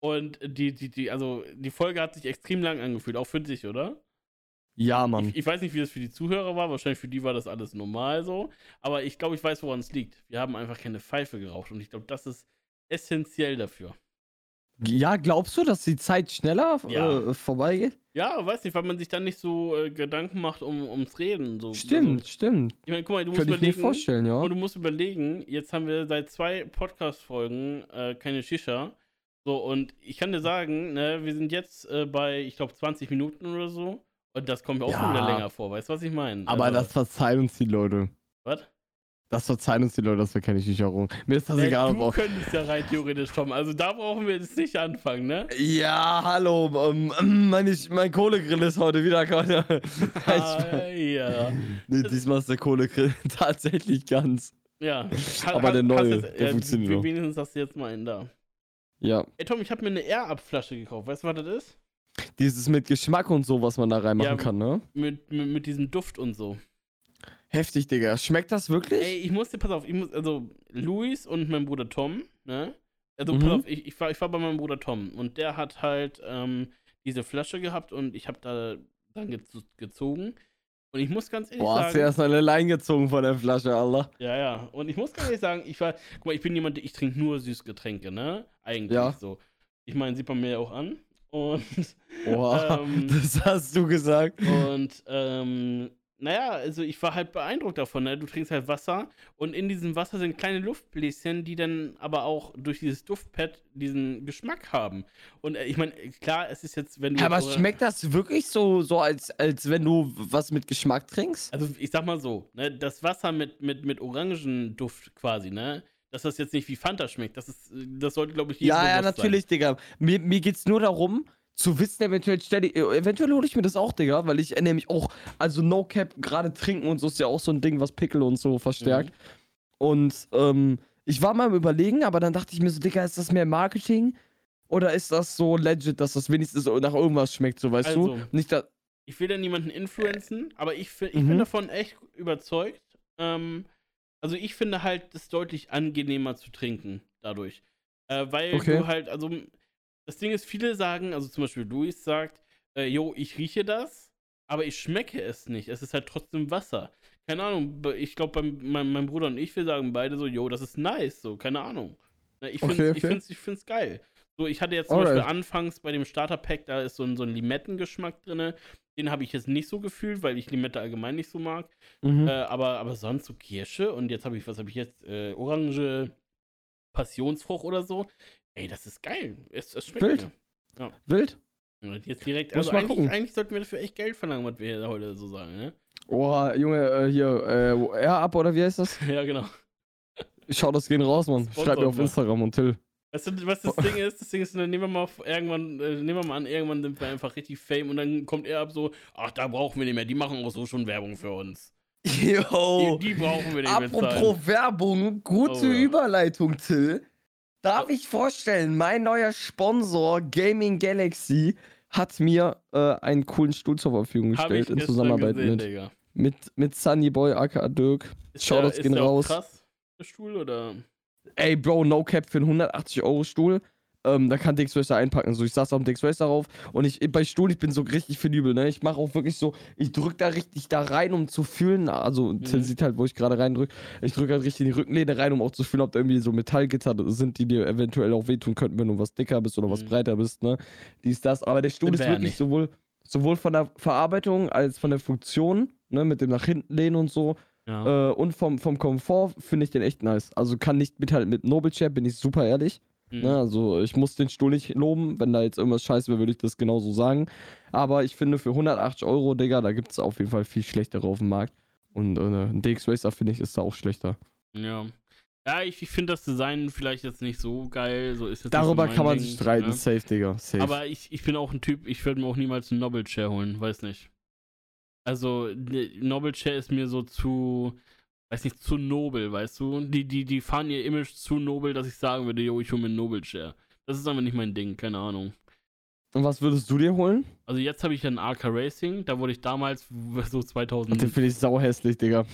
[SPEAKER 2] Und die, die, die, also die Folge hat sich extrem lang angefühlt, auch für dich, oder?
[SPEAKER 3] Ja, Mann.
[SPEAKER 2] Ich, ich weiß nicht, wie das für die Zuhörer war. Wahrscheinlich für die war das alles normal so. Aber ich glaube, ich weiß, woran es liegt. Wir haben einfach keine Pfeife geraucht. Und ich glaube, das ist essentiell dafür.
[SPEAKER 3] Ja, glaubst du, dass die Zeit schneller
[SPEAKER 2] Ja.
[SPEAKER 3] äh, vorbeigeht?
[SPEAKER 2] Ja, weiß nicht, weil man sich dann nicht so äh, Gedanken macht um, ums Reden. So.
[SPEAKER 3] Stimmt,
[SPEAKER 2] Also,
[SPEAKER 3] stimmt.
[SPEAKER 2] ich meine, guck mal, du musst
[SPEAKER 3] Könnte ich mir
[SPEAKER 2] überlegen.
[SPEAKER 3] vorstellen, ne? ja.
[SPEAKER 2] Und du musst überlegen, jetzt haben wir seit zwei Podcast-Folgen äh, keine Shisha. So, und ich kann dir sagen, ne, wir sind jetzt äh, bei, ich glaube, 20 Minuten oder so. Und das kommt mir auch schon
[SPEAKER 3] Ja.
[SPEAKER 2] wieder länger vor. Weißt du, was ich meine? Also,
[SPEAKER 3] Aber das verzeihen uns die Leute.
[SPEAKER 2] Was?
[SPEAKER 3] Das verzeihen uns die Leute, dass wir keine Shisha-Rohung. Mir ist das
[SPEAKER 2] Ja,
[SPEAKER 3] egal,
[SPEAKER 2] du
[SPEAKER 3] ob auch.
[SPEAKER 2] könntest ja rein theoretisch kommen. Also da brauchen wir jetzt nicht anfangen, ne?
[SPEAKER 3] [LAUGHS] Ja, hallo. ähm, ähm, [CLEARS THROAT] meine, Sch- mein Kohlegrill ist heute wieder gerade.
[SPEAKER 2] [LAUGHS]
[SPEAKER 3] [LAUGHS] Also-
[SPEAKER 2] Ah, ja.
[SPEAKER 3] nee, diesmal ist der Kohlegrill [LAUGHS] tatsächlich ganz.
[SPEAKER 2] ja. Ha-
[SPEAKER 3] Aber
[SPEAKER 2] ha-
[SPEAKER 3] der
[SPEAKER 2] hast
[SPEAKER 3] neue,
[SPEAKER 2] das-
[SPEAKER 3] der
[SPEAKER 2] ja,
[SPEAKER 3] funktioniert
[SPEAKER 2] du-
[SPEAKER 3] noch.
[SPEAKER 2] Wenigstens hast du jetzt mal einen da.
[SPEAKER 3] Ja.
[SPEAKER 2] Ey, Tom, ich habe mir eine Air-Up-Flasche gekauft. Weißt du, was das ist?
[SPEAKER 3] Dieses mit Geschmack und so, was man da reinmachen
[SPEAKER 2] Ja.
[SPEAKER 3] kann, ne?
[SPEAKER 2] Mit, mit, mit diesem Duft und so.
[SPEAKER 3] Heftig, Digga. Schmeckt das wirklich?
[SPEAKER 2] Ey, ich musste, pass auf, ich muss, also Luis und mein Bruder Tom, ne? Also,
[SPEAKER 3] Mhm.
[SPEAKER 2] pass auf, ich, ich, war, ich war bei meinem Bruder Tom und der hat halt ähm, diese Flasche gehabt und ich habe da dann gez- gezogen. Und ich muss ganz ehrlich
[SPEAKER 3] Boah, hast du
[SPEAKER 2] sagen.
[SPEAKER 3] erst eine Leine gezogen von der Flasche, Allah.
[SPEAKER 2] Ja, ja. Und ich muss ganz ehrlich sagen, ich war, guck mal, ich bin jemand, ich trinke nur Süßgetränke, ne? Eigentlich
[SPEAKER 3] Ja.
[SPEAKER 2] so. Ich meine, sieht man mir ja auch an.
[SPEAKER 3] [LAUGHS]
[SPEAKER 2] Und,
[SPEAKER 3] Boah,
[SPEAKER 2] Ähm.
[SPEAKER 3] [LAUGHS] das hast du gesagt.
[SPEAKER 2] und, ähm, naja, also ich war halt beeindruckt davon, ne? Du trinkst halt Wasser und in diesem Wasser sind kleine Luftbläschen, die dann aber auch durch dieses Duftpad diesen Geschmack haben. Und äh, ich meine, klar, es ist jetzt, wenn du.
[SPEAKER 3] Aber
[SPEAKER 2] jetzt-
[SPEAKER 3] schmeckt das wirklich so, so als, als wenn du was mit Geschmack trinkst?
[SPEAKER 2] Also ich sag mal so, ne, das Wasser mit, mit, mit Orangenduft quasi, ne? Dass das jetzt nicht wie Fanta schmeckt, das ist, das sollte, glaube ich, jedem
[SPEAKER 3] Ja, ja,
[SPEAKER 2] bewusst sein.
[SPEAKER 3] natürlich, Digga. Mir, mir geht's nur darum, zu wissen, eventuell stelle ich, eventuell hole ich mir das auch, Digga, weil ich äh, nämlich auch, also No Cap, gerade trinken und so ist ja auch so ein Ding, was Pickel und so verstärkt.
[SPEAKER 2] Mhm.
[SPEAKER 3] Und ähm, ich war mal am überlegen, aber dann dachte ich mir so, Digga, ist das mehr Marketing? Oder ist das so legit, dass das wenigstens nach irgendwas schmeckt, so weißt
[SPEAKER 2] Also.
[SPEAKER 3] du? Nicht, dass,
[SPEAKER 2] Ich will da niemanden influenzen, aber ich, fi- ich
[SPEAKER 3] Mhm.
[SPEAKER 2] bin davon echt überzeugt. Ähm, also ich finde halt, das deutlich angenehmer zu trinken dadurch. Äh, weil
[SPEAKER 3] Okay.
[SPEAKER 2] du halt, also das Ding ist, viele sagen, also zum Beispiel Luis sagt, äh, jo, ich rieche das, aber ich schmecke es nicht. Es ist halt trotzdem Wasser. Keine Ahnung, be- ich glaube, mein, mein Bruder und ich, wir sagen beide so, jo, das ist nice, so, keine Ahnung. Na, ich
[SPEAKER 3] Okay,
[SPEAKER 2] finde es
[SPEAKER 3] okay.
[SPEAKER 2] ich find's geil. So, ich hatte jetzt zum
[SPEAKER 3] Alright.
[SPEAKER 2] Beispiel anfangs bei dem Starterpack, da ist so ein, so ein Limettengeschmack drin. Den habe ich jetzt nicht so gefühlt, weil ich Limette allgemein nicht so mag.
[SPEAKER 3] Hm. mhm.
[SPEAKER 2] Äh, aber, aber sonst so Kirsche und jetzt habe ich, was habe ich jetzt? Äh, Orange, Passionsfrucht oder so. Ey, das ist geil. Es, es schmeckt.
[SPEAKER 3] Wild.
[SPEAKER 2] mir.
[SPEAKER 3] Wild?
[SPEAKER 2] Und jetzt direkt.
[SPEAKER 3] Muss
[SPEAKER 2] Also
[SPEAKER 3] mal
[SPEAKER 2] eigentlich,
[SPEAKER 3] gucken.
[SPEAKER 2] eigentlich sollten wir dafür echt Geld verlangen, was wir heute so sagen, ne? [LAUGHS]
[SPEAKER 3] Oh, Junge, äh, hier, äh, Air Up oder wie heißt das?
[SPEAKER 2] Ja, genau.
[SPEAKER 3] Schau, das gehen raus, Mann.
[SPEAKER 2] Sponsor ne?
[SPEAKER 3] Schreib mir auf
[SPEAKER 2] mal.
[SPEAKER 3] Instagram
[SPEAKER 2] [LAUGHS]
[SPEAKER 3] und Till.
[SPEAKER 2] Weißt du, was das Ding ist? Das Ding ist, dann nehmen wir mal auf, irgendwann, äh, nehmen wir mal an, irgendwann sind wir einfach richtig fame und dann kommt er ab so, ach, da brauchen wir nicht mehr, die machen auch so schon Werbung für uns.
[SPEAKER 3] Yo!
[SPEAKER 2] Die, die brauchen wir nicht mehr.
[SPEAKER 3] Oh. Apropos Werbung, gute
[SPEAKER 2] Oh, ja.
[SPEAKER 3] Überleitung, Till. Darf ich vorstellen, mein neuer Sponsor Gaming Galaxy hat mir äh, einen coolen Stuhl zur Verfügung
[SPEAKER 2] Habe ich
[SPEAKER 3] gestellt in
[SPEAKER 2] gestern
[SPEAKER 3] Zusammenarbeit
[SPEAKER 2] gesehen,
[SPEAKER 3] mit,
[SPEAKER 2] Digga.
[SPEAKER 3] mit, mit Sunny Boy aka Dirk.
[SPEAKER 2] Ist
[SPEAKER 3] Schau,
[SPEAKER 2] der-
[SPEAKER 3] das
[SPEAKER 2] ist
[SPEAKER 3] gehen
[SPEAKER 2] der auch
[SPEAKER 3] raus.
[SPEAKER 2] Krass, der Stuhl oder?
[SPEAKER 3] Ey, Bro, no cap für einen 180-Euro-Stuhl. Ähm, da kann Dix Racer einpacken. So, ich saß auf dem Dix Racer drauf und ich bei Stuhl, ich bin so richtig penibel, ne? Ich mache auch wirklich so, ich drück da richtig da rein, um zu fühlen. Also, Till
[SPEAKER 2] Mhm.
[SPEAKER 3] sieht halt, wo ich gerade reindrück. Ich drück halt richtig in die Rückenlehne rein, um auch zu fühlen, ob da irgendwie so Metallgitter sind, die dir eventuell auch wehtun könnten, wenn du was dicker bist oder was
[SPEAKER 2] Mhm.
[SPEAKER 3] breiter bist, ne? Dies, das. Aber der Stuhl
[SPEAKER 2] Stimmt
[SPEAKER 3] ist
[SPEAKER 2] ja
[SPEAKER 3] wirklich
[SPEAKER 2] nicht.
[SPEAKER 3] sowohl, sowohl von der Verarbeitung als von der Funktion, ne? Mit dem nach hinten lehnen und so.
[SPEAKER 2] Ja.
[SPEAKER 3] Äh, und vom, vom Komfort finde ich den echt nice. Also kann nicht mithalten mit Noble Chair, bin ich super ehrlich.
[SPEAKER 2] Mhm.
[SPEAKER 3] Ne? Also ich muss den Stuhl nicht loben. Wenn da jetzt irgendwas scheiße wäre, würde ich das genauso sagen. Aber ich finde für 180 Euro, Digga, da gibt es auf jeden Fall viel schlechtere auf dem Markt. Und äh, ein DX Racer, finde ich, ist da auch schlechter.
[SPEAKER 2] ja. Ja, ich, ich finde das Design vielleicht jetzt nicht so geil. So ist jetzt nicht
[SPEAKER 3] Darüber
[SPEAKER 2] so mein
[SPEAKER 3] kann man
[SPEAKER 2] Ding,
[SPEAKER 3] sich streiten.
[SPEAKER 2] ne?
[SPEAKER 3] Safe, Digga. Safe.
[SPEAKER 2] Aber ich, ich bin auch ein Typ, ich würde mir auch niemals einen Nobel Chair holen, weiß nicht. Also, ne- Nobel Chair ist mir so zu, weiß nicht, zu nobel, weißt du? Die, die, die fahren ihr Image zu nobel, dass ich sagen würde, yo, ich hole mir einen Nobel Chair. Das ist einfach nicht mein Ding, keine Ahnung.
[SPEAKER 3] und was würdest du dir holen?
[SPEAKER 2] Also, jetzt habe ich einen AK Racing, da wurde ich damals so 2000.
[SPEAKER 3] Den finde ich sauhässlich, Digga.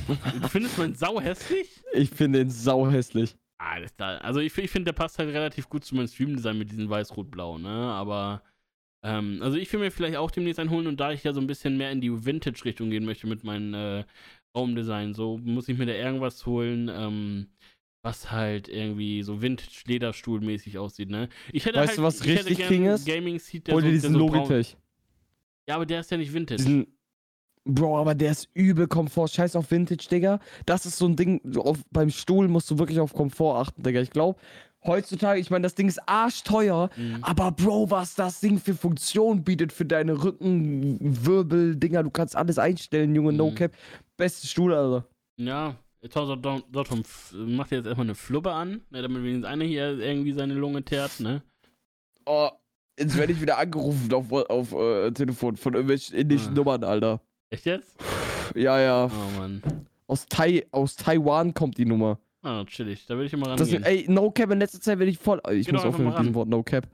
[SPEAKER 2] Du findest man sau hässlich?
[SPEAKER 3] Ich finde den sauhässlich.
[SPEAKER 2] Alles da. Also, ich, ich finde, der passt halt relativ gut zu meinem Stream-Design mit diesem weiß-rot-blau, ne? Aber. Ähm, also ich will mir vielleicht auch demnächst einen holen und da ich ja so ein bisschen mehr in die Vintage-Richtung gehen möchte mit meinem äh, Raumdesign, so muss ich mir da irgendwas holen, ähm, was halt irgendwie so Vintage-Lederstuhl-mäßig aussieht, ne? Ich hätte
[SPEAKER 3] Weißt
[SPEAKER 2] halt,
[SPEAKER 3] du, was
[SPEAKER 2] ich hätte
[SPEAKER 3] richtig
[SPEAKER 2] gern
[SPEAKER 3] King
[SPEAKER 2] einen
[SPEAKER 3] ist?
[SPEAKER 2] Gaming-Seat, der
[SPEAKER 3] Hol
[SPEAKER 2] so,
[SPEAKER 3] dir
[SPEAKER 2] der
[SPEAKER 3] diesen
[SPEAKER 2] so braun...
[SPEAKER 3] Logitech.
[SPEAKER 2] Ja, aber der ist ja nicht Vintage.
[SPEAKER 3] Diesen, Bro, aber der ist übel Komfort. Scheiß auf Vintage, Digga. Das ist so ein Ding, so auf, beim Stuhl musst du wirklich auf Komfort achten, Digga. Ich glaube, heutzutage, ich meine, das Ding ist arschteuer,
[SPEAKER 2] Mhm.
[SPEAKER 3] aber Bro, was das Ding für Funktion bietet für deine Rückenwirbel, Dinger, du kannst alles einstellen, Junge, no
[SPEAKER 2] Mhm.
[SPEAKER 3] cap. Beste Stuhl, Alter.
[SPEAKER 2] Ja, Torsotom macht jetzt erstmal eine Flubbe an, ne, damit wenigstens einer hier irgendwie seine Lunge teert, ne?
[SPEAKER 3] Oh, jetzt werde ich wieder angerufen auf, auf äh, Telefon von irgendwelchen indischen
[SPEAKER 2] Ah.
[SPEAKER 3] Nummern, Alter.
[SPEAKER 2] Echt jetzt?
[SPEAKER 3] Ja, ja.
[SPEAKER 2] Oh Mann.
[SPEAKER 3] Aus, tai aus Taiwan kommt die Nummer.
[SPEAKER 2] Ah, chillig. Da will ich immer
[SPEAKER 3] Das sind,
[SPEAKER 2] rangehen.
[SPEAKER 3] ey, No Cap in letzter Zeit werde ich voll. Ich
[SPEAKER 2] Geh
[SPEAKER 3] muss
[SPEAKER 2] doch einfach
[SPEAKER 3] aufhören
[SPEAKER 2] mal
[SPEAKER 3] mit diesem Wort No Cap.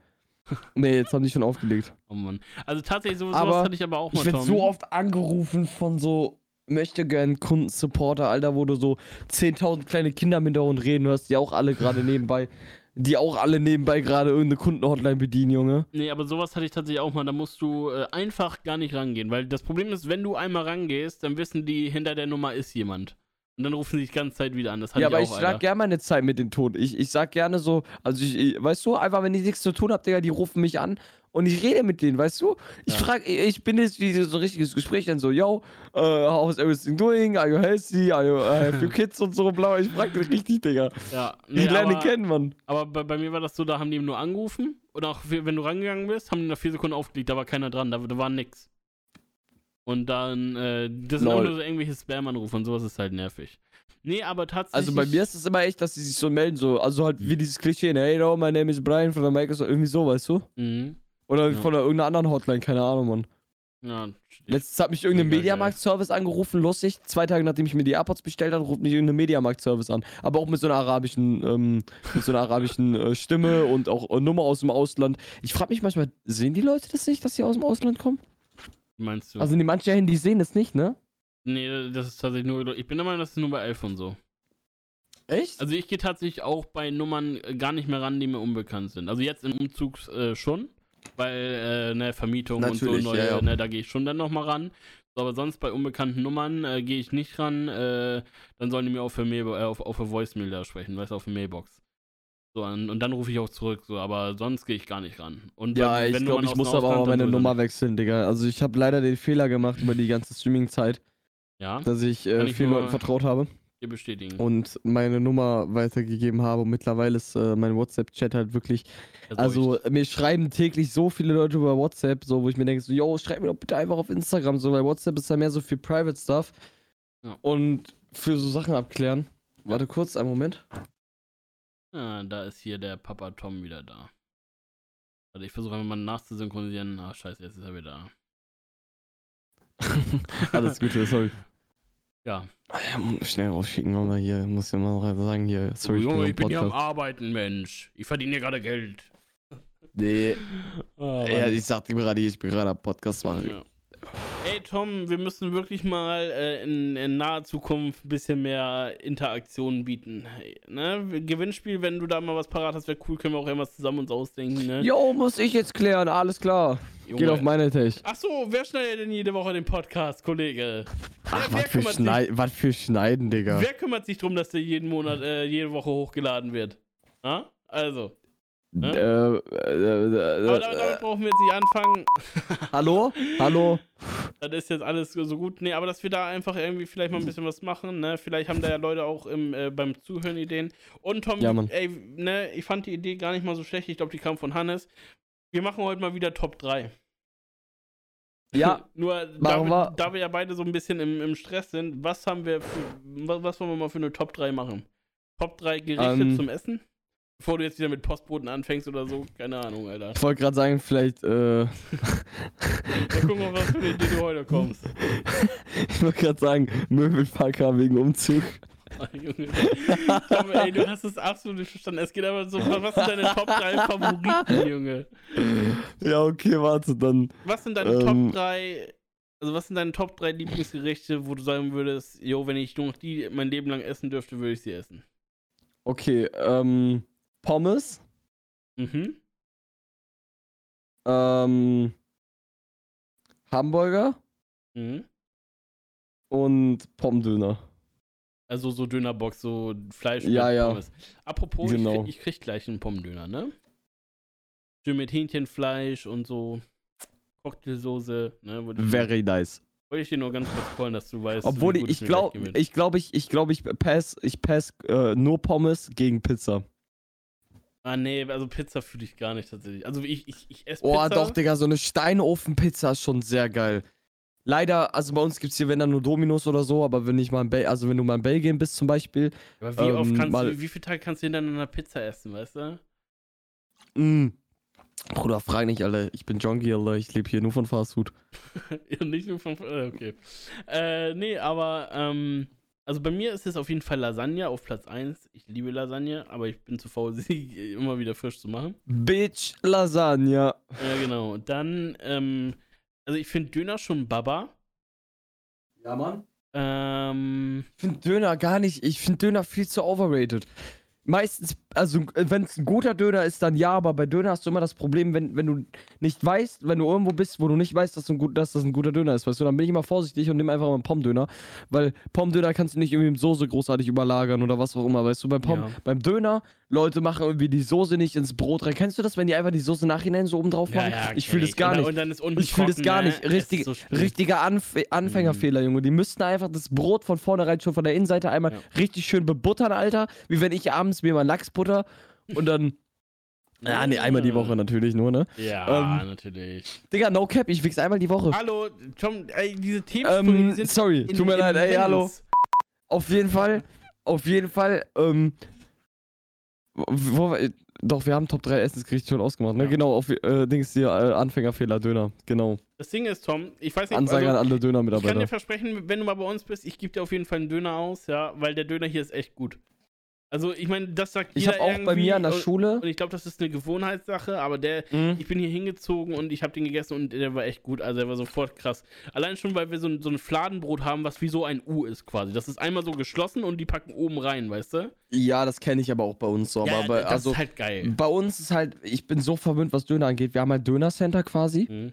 [SPEAKER 3] Nee, jetzt haben die schon aufgelegt.
[SPEAKER 2] oh Mann. Also tatsächlich, so,
[SPEAKER 3] Aber
[SPEAKER 2] sowas hatte ich aber auch mal,
[SPEAKER 3] Ich werde
[SPEAKER 2] Tom.
[SPEAKER 3] so oft angerufen von so möchte gern Kundensupporter, Alter, wo du so 10.000 kleine Kinder im Hintergrund reden hörst, die auch alle gerade nebenbei, die auch alle nebenbei gerade irgendeine Kundenhotline bedienen, Junge.
[SPEAKER 2] Nee, aber sowas hatte ich tatsächlich auch mal. Da musst du äh, einfach gar nicht rangehen. Weil das Problem ist, wenn du einmal rangehst, dann wissen die, hinter der Nummer ist jemand. Und dann rufen sie die ganze Zeit wieder an. Das hatte
[SPEAKER 3] ja,
[SPEAKER 2] ich
[SPEAKER 3] aber ich,
[SPEAKER 2] auch,
[SPEAKER 3] schlag
[SPEAKER 2] Alter.
[SPEAKER 3] gerne meine Zeit mit den Toten. Ich, ich sag gerne so, also ich, ich, weißt du, einfach wenn ich nichts zu tun hab, Digga, die rufen mich an und ich rede mit denen, weißt du? Ich
[SPEAKER 2] Ja.
[SPEAKER 3] frag, ich, ich bin jetzt wie so ein richtiges Gespräch dann so, yo, äh, how's everything doing? Are you healthy? Are you uh, [LAUGHS] have you kids und so bla. Ich frag dich richtig, Digga.
[SPEAKER 2] Ja,
[SPEAKER 3] Ich [LAUGHS]
[SPEAKER 2] nee,
[SPEAKER 3] lerne
[SPEAKER 2] aber,
[SPEAKER 3] kennen, Mann.
[SPEAKER 2] aber bei, bei mir war das so, da haben die eben nur angerufen. Und auch wir- wenn du rangegangen bist, haben die nach vier Sekunden aufgelegt. Da war keiner dran. Da, da war nix. Und dann, äh, das sind auch
[SPEAKER 3] Lol.
[SPEAKER 2] nur so irgendwelche Spam-Anrufe und sowas ist halt nervig. Nee, aber tatsächlich.
[SPEAKER 3] Also bei mir ist es immer echt, dass sie sich so melden, so, also halt wie dieses Klischee, ne, hey, no, my name is Brian von der Microsoft, irgendwie so, weißt du?
[SPEAKER 2] Mhm.
[SPEAKER 3] Oder
[SPEAKER 2] Ja.
[SPEAKER 3] von einer, irgendeiner anderen Hotline, keine Ahnung, Mann.
[SPEAKER 2] Ja,
[SPEAKER 3] Letztens hat mich irgendein
[SPEAKER 2] Mega
[SPEAKER 3] Mediamarkt-Service angerufen, lustig. Zwei Tage nachdem ich mir die AirPods bestellt habe, ruft mich irgendein Mediamarkt-Service an. Aber auch mit so einer arabischen, ähm, mit so einer arabischen äh, Stimme und auch äh, Nummer aus dem Ausland. Ich frage mich manchmal, sehen die Leute das nicht, dass sie aus dem Ausland kommen?
[SPEAKER 2] meinst du?
[SPEAKER 3] Also die manche Handys sehen das nicht, ne?
[SPEAKER 2] Nee, das ist tatsächlich nur. Ich bin der Meinung, das ist nur bei Elf und so.
[SPEAKER 3] Echt?
[SPEAKER 2] Also ich gehe tatsächlich auch bei Nummern äh, gar nicht mehr ran, die mir unbekannt sind. Also jetzt im Umzug äh, schon, weil äh, ne, Vermietung und
[SPEAKER 3] Natürlich,
[SPEAKER 2] so neue,
[SPEAKER 3] ja, ja.
[SPEAKER 2] Ne, da gehe ich schon dann nochmal ran. So, aber sonst bei unbekannten Nummern äh, gehe ich nicht ran. Äh, dann sollen die mir auf der Mail, äh, auf, auf der Voicemail da sprechen, weißt du, auf der Mailbox. So, und und dann rufe ich auch zurück, so, aber sonst gehe ich gar nicht ran. Und
[SPEAKER 3] Ja,
[SPEAKER 2] wenn-
[SPEAKER 3] ich
[SPEAKER 2] wenn
[SPEAKER 3] glaube,
[SPEAKER 2] Nummern
[SPEAKER 3] ich
[SPEAKER 2] aus
[SPEAKER 3] muss
[SPEAKER 2] dem
[SPEAKER 3] aber auch
[SPEAKER 2] Ausland, dann
[SPEAKER 3] meine
[SPEAKER 2] sowieso
[SPEAKER 3] Nummer
[SPEAKER 2] nicht.
[SPEAKER 3] wechseln, Digga. Also ich habe leider den Fehler gemacht über die ganze Streaming-Zeit,
[SPEAKER 2] Ja,
[SPEAKER 3] dass ich
[SPEAKER 2] Kann
[SPEAKER 3] äh,
[SPEAKER 2] ich
[SPEAKER 3] vielen
[SPEAKER 2] nur-
[SPEAKER 3] Leuten vertraut habe
[SPEAKER 2] hier bestätigen.
[SPEAKER 3] und meine Nummer weitergegeben habe. Und mittlerweile ist äh, mein WhatsApp-Chat halt wirklich. Also mir schreiben täglich so viele Leute über WhatsApp, so wo ich mir denke, so, yo, schreib mir doch bitte einfach auf Instagram, so, weil WhatsApp ist ja mehr so viel Private Stuff.
[SPEAKER 2] Ja.
[SPEAKER 3] Und für so Sachen abklären. Warte kurz, einen [LAUGHS] Moment.
[SPEAKER 2] Ah, da ist hier der Papa Tom wieder da. Warte, ich versuche einfach mal nachzusynchronisieren. Ah, scheiße, jetzt ist er wieder da.
[SPEAKER 3] Alles Gute, sorry.
[SPEAKER 2] Ja.
[SPEAKER 3] Schnell rausschicken, aber hier muss ja mal sagen, hier,
[SPEAKER 2] So,
[SPEAKER 3] sorry, ich bin
[SPEAKER 2] Junge,
[SPEAKER 3] am
[SPEAKER 2] ich bin hier am
[SPEAKER 3] Podcast.
[SPEAKER 2] Arbeiten, Mensch. Ich verdiene hier gerade Geld.
[SPEAKER 3] Nee,
[SPEAKER 2] Ah,
[SPEAKER 3] ja,
[SPEAKER 2] Mann.
[SPEAKER 3] ich sagte gerade, ich bin gerade am Podcast machen.
[SPEAKER 2] Ja. Ey, Tom, wir müssen wirklich mal äh, in, in naher Zukunft ein bisschen mehr Interaktion bieten. Ne? Gewinnspiel, wenn du da mal was parat hast, wäre cool, können wir auch irgendwas zusammen uns ausdenken. Ne?
[SPEAKER 3] Jo, muss ich jetzt klären, alles klar.
[SPEAKER 2] Junge.
[SPEAKER 3] Geht auf meine Tech.
[SPEAKER 2] Ach so, wer schneidet denn jede Woche den Podcast, Kollege?
[SPEAKER 3] Ach,
[SPEAKER 2] Ah, wer
[SPEAKER 3] was für,
[SPEAKER 2] kümmert
[SPEAKER 3] Schnei was für Schneiden, Digga.
[SPEAKER 2] Wer kümmert sich drum, dass der jeden Monat, äh, jede Woche hochgeladen wird? Ah? Also,
[SPEAKER 3] Äh,
[SPEAKER 2] ne?
[SPEAKER 3] äh, äh,
[SPEAKER 2] aber
[SPEAKER 3] äh,
[SPEAKER 2] damit,
[SPEAKER 3] äh,
[SPEAKER 2] damit brauchen wir jetzt nicht anfangen.
[SPEAKER 3] hallo? Hallo?
[SPEAKER 2] Das ist jetzt alles so gut. Nee, aber dass wir da einfach irgendwie vielleicht mal ein bisschen was machen, ne? Vielleicht haben da ja Leute auch im, äh, beim Zuhören Ideen. Und Tom,
[SPEAKER 3] Ja, Mann.
[SPEAKER 2] ey, ne, ich fand die Idee gar nicht mal so schlecht. Ich glaube, die kam von Hannes. Wir machen heute mal wieder Top 3.
[SPEAKER 3] Ja,
[SPEAKER 2] [LAUGHS] Nur da wir,
[SPEAKER 3] Machen wir.
[SPEAKER 2] da wir ja beide so ein bisschen im, im Stress sind, was haben wir für, wa- was wollen wir mal für eine Top 3 machen? Top 3 Gerichte
[SPEAKER 3] Ähm.
[SPEAKER 2] zum Essen? Bevor du jetzt wieder mit Postboten anfängst oder so, keine Ahnung, Alter.
[SPEAKER 3] ich wollte gerade sagen, vielleicht, äh,
[SPEAKER 2] Mal gucken, auf was für eine Idee du heute
[SPEAKER 3] [LAUGHS]
[SPEAKER 2] kommst.
[SPEAKER 3] ich wollte gerade sagen, Möbelpacker wegen Umzug.
[SPEAKER 2] Junge. Tom, ey, du hast es absolut nicht verstanden. Es geht aber so, was sind deine Top 3 Favoriten, Junge?
[SPEAKER 3] [LAUGHS] Ja, okay, warte, dann.
[SPEAKER 2] Was sind deine
[SPEAKER 3] Ähm.
[SPEAKER 2] Top 3, also was sind deine Top 3 Lieblingsgerichte, wo du sagen würdest, jo, wenn ich nur noch die mein Leben lang essen dürfte, würde ich sie essen?
[SPEAKER 3] Okay, ähm, Pommes,
[SPEAKER 2] Mhm.
[SPEAKER 3] ähm, Hamburger
[SPEAKER 2] Mhm.
[SPEAKER 3] und Pommdöner.
[SPEAKER 2] Also so Dönerbox, so Fleisch
[SPEAKER 3] Ja, ja.
[SPEAKER 2] Pommes. Apropos, ich,
[SPEAKER 3] Genau.
[SPEAKER 2] krieg, ich krieg gleich einen Pommdöner, ne? Schön mit Hähnchenfleisch und so Cocktailsoße, ne? Wollte ich,
[SPEAKER 3] Very nice.
[SPEAKER 2] wollte ich dir nur ganz kurz callen, dass du weißt.
[SPEAKER 3] Obwohl
[SPEAKER 2] wie
[SPEAKER 3] ich,
[SPEAKER 2] gut es
[SPEAKER 3] ich
[SPEAKER 2] mir
[SPEAKER 3] glaube,
[SPEAKER 2] gleich gehen wird.
[SPEAKER 3] ich glaube, ich, ich glaube, ich pass, ich pass äh, nur Pommes gegen Pizza.
[SPEAKER 2] Ah, nee, also Pizza fühle ich gar nicht tatsächlich. Also ich, ich, ich esse
[SPEAKER 3] Oh,
[SPEAKER 2] Pizza.
[SPEAKER 3] doch, Digga, so eine Steinofenpizza ist schon sehr geil. Leider, also bei uns gibt's hier, wenn dann nur Dominos oder so, aber wenn ich mal in Bel also wenn du mal in Belgien bist zum Beispiel,
[SPEAKER 2] Aber wie oft
[SPEAKER 3] ähm,
[SPEAKER 2] kannst du,
[SPEAKER 3] mal-
[SPEAKER 2] wie viele Tage kannst du hintereinander Pizza essen, weißt du?
[SPEAKER 3] mh, mm. Bruder, frag nicht alle, ich bin Junkie, alle, ich lebe hier nur von Fastfood.
[SPEAKER 2] [LAUGHS] Ja, Nicht nur von. äh, Okay. Äh, nee, aber. Ähm, also bei mir ist es auf jeden Fall Lasagne auf Platz 1. Ich liebe Lasagne, aber ich bin zu faul, [LAUGHS] sie immer wieder frisch zu machen.
[SPEAKER 3] Bitch Lasagne.
[SPEAKER 2] Ja, genau. Dann. Ähm, also ich finde Döner schon Baba.
[SPEAKER 3] Ja, Mann.
[SPEAKER 2] Ähm,
[SPEAKER 3] Ich finde Döner gar nicht, ich finde Döner viel zu overrated. Meistens, also wenn es ein guter Döner ist, dann ja, aber bei Döner hast du immer das Problem, wenn, wenn du nicht weißt, wenn du irgendwo bist, wo du nicht weißt, dass, du ein gut, dass das ein guter Döner ist, weißt du, dann bin ich immer vorsichtig und nehme einfach mal einen Pommdöner, weil Pommdöner kannst du nicht irgendwie mit Soße großartig überlagern oder was auch immer, weißt du, beim, Pomm,
[SPEAKER 2] Ja.
[SPEAKER 3] beim Döner, Leute machen irgendwie die Soße nicht ins Brot rein. Kennst du das, wenn die einfach die Soße nachhinein so oben drauf machen? Ich fühle das
[SPEAKER 2] okay.
[SPEAKER 3] gar
[SPEAKER 2] und,
[SPEAKER 3] nicht.
[SPEAKER 2] dann- Und dann ist unten
[SPEAKER 3] Ich fühle das
[SPEAKER 2] trocken,
[SPEAKER 3] gar
[SPEAKER 2] ne?
[SPEAKER 3] nicht.
[SPEAKER 2] Es
[SPEAKER 3] Richtig,
[SPEAKER 2] ist so schlimm.
[SPEAKER 3] richtiger Anf Anfängerfehler, Junge. Die müssten einfach das Brot von vornherein schon von der Innenseite einmal
[SPEAKER 2] Mhm. Ja.
[SPEAKER 3] richtig schön bebuttern, Alter. Wie wenn ich abends mir mal Lachs butter und
[SPEAKER 2] [LAUGHS]
[SPEAKER 3] dann. Ja, Ah, nee, einmal die Woche natürlich nur, ne?
[SPEAKER 2] Ja,
[SPEAKER 3] Ähm,
[SPEAKER 2] natürlich.
[SPEAKER 3] Digga, no cap, ich wichs einmal die Woche.
[SPEAKER 2] Hallo, Tom, ey, diese Themen
[SPEAKER 3] Ähm,
[SPEAKER 2] sind.
[SPEAKER 3] sorry, tut mir leid, ey, hallo.
[SPEAKER 2] immens.
[SPEAKER 3] Auf jeden Fall, auf jeden Fall, ähm. Wo, wo, doch, wir haben Top 3 Essensgerichte schon ausgemacht, ne?
[SPEAKER 2] Ja.
[SPEAKER 3] Genau, auf äh, Dings hier, äh, Anfängerfehler, Döner. Genau.
[SPEAKER 2] Das Ding ist, Tom, ich weiß nicht, also-
[SPEAKER 3] Ansage an alle
[SPEAKER 2] Ich kann dir
[SPEAKER 3] Dönermitarbeiter.
[SPEAKER 2] versprechen, wenn du mal bei uns bist, ich gebe dir auf jeden Fall einen Döner aus, ja, weil der Döner hier ist echt gut. Also, ich meine, das sagt
[SPEAKER 3] Ich
[SPEAKER 2] jeder
[SPEAKER 3] habe auch bei
[SPEAKER 2] irgendwie
[SPEAKER 3] mir an der
[SPEAKER 2] und-
[SPEAKER 3] Schule.
[SPEAKER 2] Und ich glaube, das ist eine Gewohnheitssache, aber der,
[SPEAKER 3] Mhm.
[SPEAKER 2] ich bin hier hingezogen und ich habe den gegessen und der war echt gut, also der war sofort krass. Allein schon, weil wir so ein, so ein Fladenbrot haben, was wie so ein U ist quasi. Das ist einmal so geschlossen und die packen oben rein, weißt du?
[SPEAKER 3] Ja, das kenne ich aber auch bei uns so. Aber
[SPEAKER 2] ja,
[SPEAKER 3] bei,
[SPEAKER 2] das
[SPEAKER 3] also,
[SPEAKER 2] ist halt geil.
[SPEAKER 3] bei uns ist halt, ich bin so verwöhnt, was Döner angeht. Wir haben halt Döner-Center quasi.
[SPEAKER 2] Mhm.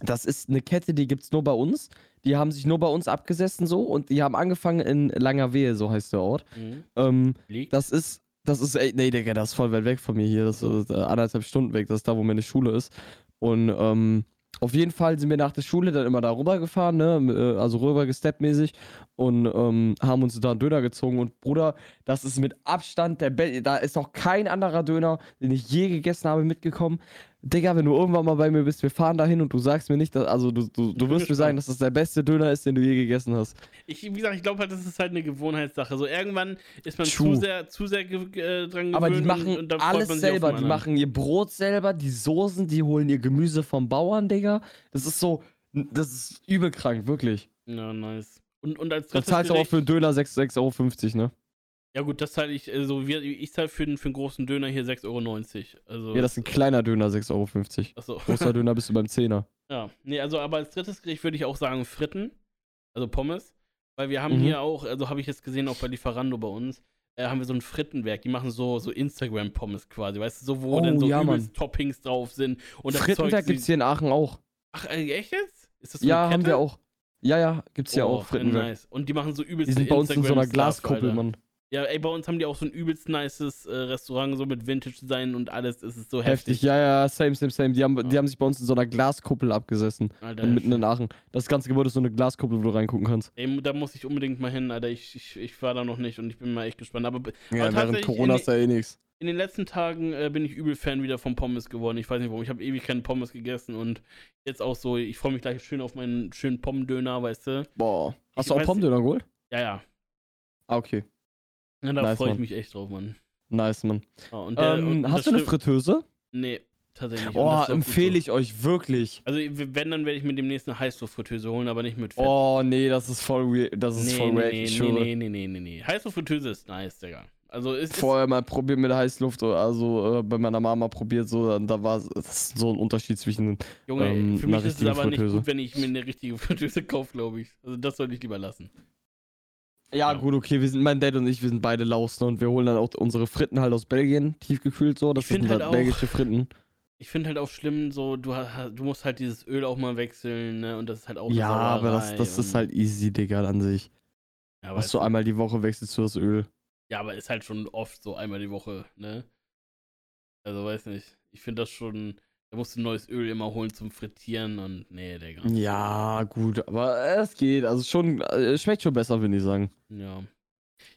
[SPEAKER 3] Das ist eine Kette, die gibt's nur bei uns. Die haben sich nur bei uns abgesessen so und die haben angefangen in Langerwehe, so heißt der Ort.
[SPEAKER 2] Mhm.
[SPEAKER 3] Ähm,
[SPEAKER 2] Liegt.
[SPEAKER 3] das ist Das ist, ey, nee, Digga, das ist voll weit weg von mir hier. Das ist äh, anderthalb Stunden weg. Das ist da, wo meine Schule ist. Und ähm, auf jeden Fall sind wir nach der Schule dann immer da rübergefahren, ne? m- äh, Also rüber gestepmäßig und ähm, haben uns da einen Döner gezogen. Und Bruder, das ist mit Abstand der Be Da ist noch kein anderer Döner, den ich je gegessen habe, mitgekommen. Digga, wenn du irgendwann mal bei mir bist, wir fahren dahin und du sagst mir nicht, dass, also du, du, du
[SPEAKER 2] bin
[SPEAKER 3] wirst mir
[SPEAKER 2] gespannt.
[SPEAKER 3] sagen, dass das der beste Döner ist, den du je gegessen hast.
[SPEAKER 2] Ich, wie gesagt, ich glaube halt, das ist halt eine Gewohnheitssache. So irgendwann ist man zu
[SPEAKER 3] True.
[SPEAKER 2] sehr, zu sehr ge äh, dran gewöhnt.
[SPEAKER 3] Aber die
[SPEAKER 2] und-
[SPEAKER 3] machen
[SPEAKER 2] und dann freut
[SPEAKER 3] alles
[SPEAKER 2] man sich auf
[SPEAKER 3] selber.
[SPEAKER 2] den
[SPEAKER 3] Die
[SPEAKER 2] anderen.
[SPEAKER 3] machen ihr Brot selber, die Soßen, die holen ihr Gemüse vom Bauern, Digga. Das ist so, das ist übelkrank, wirklich.
[SPEAKER 2] Ja, nice. Und, und als
[SPEAKER 3] Du
[SPEAKER 2] drittes
[SPEAKER 3] zahlst auch
[SPEAKER 2] Gericht-
[SPEAKER 3] für einen Döner 6 6,50 Euro, ne?
[SPEAKER 2] Ja gut, das zahle ich, also wir, ich zahle für, den- für einen großen Döner hier 6,90 Euro. Also,
[SPEAKER 3] Ja, das ist ein kleiner Döner 6,50 Euro.
[SPEAKER 2] achso. [LAUGHS]
[SPEAKER 3] Großer Döner bist du beim Zehner.
[SPEAKER 2] Ja, nee, also aber als drittes Gericht würde ich auch sagen Fritten, also Pommes, weil wir haben
[SPEAKER 3] Mhm.
[SPEAKER 2] hier auch, also habe ich jetzt gesehen, auch bei Lieferando bei uns, äh, haben wir so ein Frittenwerk, die machen so, so Instagram-Pommes quasi, weißt du, so wo
[SPEAKER 3] Oh,
[SPEAKER 2] dann so
[SPEAKER 3] ja,
[SPEAKER 2] übelst
[SPEAKER 3] Mann.
[SPEAKER 2] Toppings drauf sind und
[SPEAKER 3] Und
[SPEAKER 2] das
[SPEAKER 3] Frittentag
[SPEAKER 2] Zeug
[SPEAKER 3] gibt's hier in Aachen auch.
[SPEAKER 2] Ach, äh, echt jetzt? Ist das so
[SPEAKER 3] Ja,
[SPEAKER 2] eine
[SPEAKER 3] haben
[SPEAKER 2] Kette?
[SPEAKER 3] wir auch. Ja, ja, gibt's hier
[SPEAKER 2] Oh,
[SPEAKER 3] auch Frittenwerk.
[SPEAKER 2] Nice. Und die machen so
[SPEAKER 3] Die
[SPEAKER 2] übelst
[SPEAKER 3] sind bei uns in so einer Glaskuppel,
[SPEAKER 2] Mann.
[SPEAKER 3] Mann.
[SPEAKER 2] Ja, ey, bei uns haben die auch so ein übelst nices äh, Restaurant, so mit Vintage-Design und alles. Es ist so
[SPEAKER 3] Heftig,
[SPEAKER 2] heftig.
[SPEAKER 3] ja, ja, same, same, same. Die haben, die
[SPEAKER 2] Ja.
[SPEAKER 3] haben sich bei uns in so einer Glaskuppel abgesessen.
[SPEAKER 2] Alter,
[SPEAKER 3] Mitten in Aachen. Das ganze Gebäude ist so eine Glaskuppel, wo du reingucken kannst.
[SPEAKER 2] ey, da muss ich unbedingt mal hin, Alter. Ich, ich, ich war da noch nicht und ich bin mal echt gespannt. Aber
[SPEAKER 3] Ja, während
[SPEAKER 2] tatsächlich
[SPEAKER 3] Corona
[SPEAKER 2] in-
[SPEAKER 3] ist da eh nichts.
[SPEAKER 2] in den letzten Tagen äh, bin ich übel Fan wieder von Pommes geworden. Ich weiß nicht warum. Ich habe ewig keine Pommes gegessen und jetzt auch so. Ich freue mich gleich schön auf meinen schönen Pommdöner, weißt du?
[SPEAKER 3] Boah. Hast
[SPEAKER 2] Ich
[SPEAKER 3] du auch
[SPEAKER 2] weiß-
[SPEAKER 3] Pommdöner geholt?
[SPEAKER 2] Ja, ja.
[SPEAKER 3] Ah, okay.
[SPEAKER 2] Ja, da
[SPEAKER 3] Nice,
[SPEAKER 2] freue ich
[SPEAKER 3] Mann.
[SPEAKER 2] mich echt drauf, Mann.
[SPEAKER 3] Nice, Mann.
[SPEAKER 2] Ja, und der,
[SPEAKER 3] ähm,
[SPEAKER 2] und das
[SPEAKER 3] hast du eine
[SPEAKER 2] stimmt-
[SPEAKER 3] Fritteuse?
[SPEAKER 2] Nee, tatsächlich. nicht. Und das
[SPEAKER 3] Oh,
[SPEAKER 2] ist auch gut
[SPEAKER 3] empfehle
[SPEAKER 2] so.
[SPEAKER 3] ich euch wirklich.
[SPEAKER 2] Also, wenn, dann werde ich mir demnächst eine Heißluftfritteuse holen, aber nicht mit Fett.
[SPEAKER 3] Oh, nee, das ist voll weird. Das ist voll wack,
[SPEAKER 2] nee,
[SPEAKER 3] ich
[SPEAKER 2] nee,
[SPEAKER 3] schwöre.
[SPEAKER 2] nee, nee, nee, nee, nee. Heißluftfritteuse ist nice, Digga. Also, ist. ist
[SPEAKER 3] Vorher mal probiert mit Heißluft, also äh, bei meiner Mama probiert so, dann- da war es so ein Unterschied zwischen.
[SPEAKER 2] Junge,
[SPEAKER 3] ähm,
[SPEAKER 2] für
[SPEAKER 3] eine
[SPEAKER 2] mich ist es
[SPEAKER 3] richtige
[SPEAKER 2] aber nicht
[SPEAKER 3] Fritteuse.
[SPEAKER 2] gut, wenn ich mir eine richtige [LAUGHS] Fritteuse kaufe, glaube ich. Also, das sollte ich lieber lassen. Ja.
[SPEAKER 3] Ja, gut, okay, wir sind, mein Dad und ich, wir sind beide Laus, ne, und wir holen dann auch unsere Fritten halt aus Belgien, tiefgekühlt so, das
[SPEAKER 2] Ich
[SPEAKER 3] sind
[SPEAKER 2] find
[SPEAKER 3] halt
[SPEAKER 2] halt auch-
[SPEAKER 3] belgische Fritten.
[SPEAKER 2] Ich finde halt auch schlimm, so, du, ha- du musst halt dieses Öl auch mal wechseln, ne? Und das ist halt auch. eine
[SPEAKER 3] Ja, aber das,
[SPEAKER 2] Sauerei
[SPEAKER 3] das ist
[SPEAKER 2] und-
[SPEAKER 3] halt easy, Digga, an sich.
[SPEAKER 2] Ja, aber,
[SPEAKER 3] Hast
[SPEAKER 2] ist,
[SPEAKER 3] du einmal die Woche wechselst du das Öl.
[SPEAKER 2] ja, aber ist halt schon oft so einmal die Woche, ne? Also, weiß nicht. Ich finde das schon. Da musst du neues Öl immer holen zum Frittieren und. Nee, Digga.
[SPEAKER 3] Ja, gut, aber es geht. Also schon, äh, schmeckt schon besser, würde ich sagen.
[SPEAKER 2] Ja.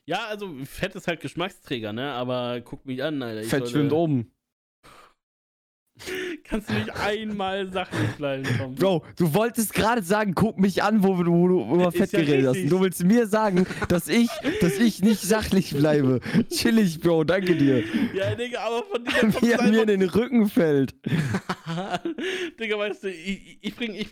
[SPEAKER 2] Ja, also Fett ist halt Geschmacksträger, ne? Aber guck mich an, Alter. Ich
[SPEAKER 3] Fett
[SPEAKER 2] sollte-
[SPEAKER 3] schwimmt um. oben.
[SPEAKER 2] Kannst du nicht einmal Sachen bleiben, Tom?
[SPEAKER 3] Bro, du wolltest gerade sagen, guck mich an, wo du, wo du über
[SPEAKER 2] Ist
[SPEAKER 3] Fett
[SPEAKER 2] ja
[SPEAKER 3] geredet hast.
[SPEAKER 2] richtig.
[SPEAKER 3] Du willst mir sagen, dass ich, dass ich nicht sachlich bleibe. Chillig, Bro, danke dir.
[SPEAKER 2] Ja, Digga, aber von
[SPEAKER 3] [LAUGHS]
[SPEAKER 2] dir kommt
[SPEAKER 3] Wie
[SPEAKER 2] es
[SPEAKER 3] er mir in
[SPEAKER 2] einfach...
[SPEAKER 3] den Rücken fällt.
[SPEAKER 2] [LAUGHS] Digga, weißt du, ich, ich bring... Ich,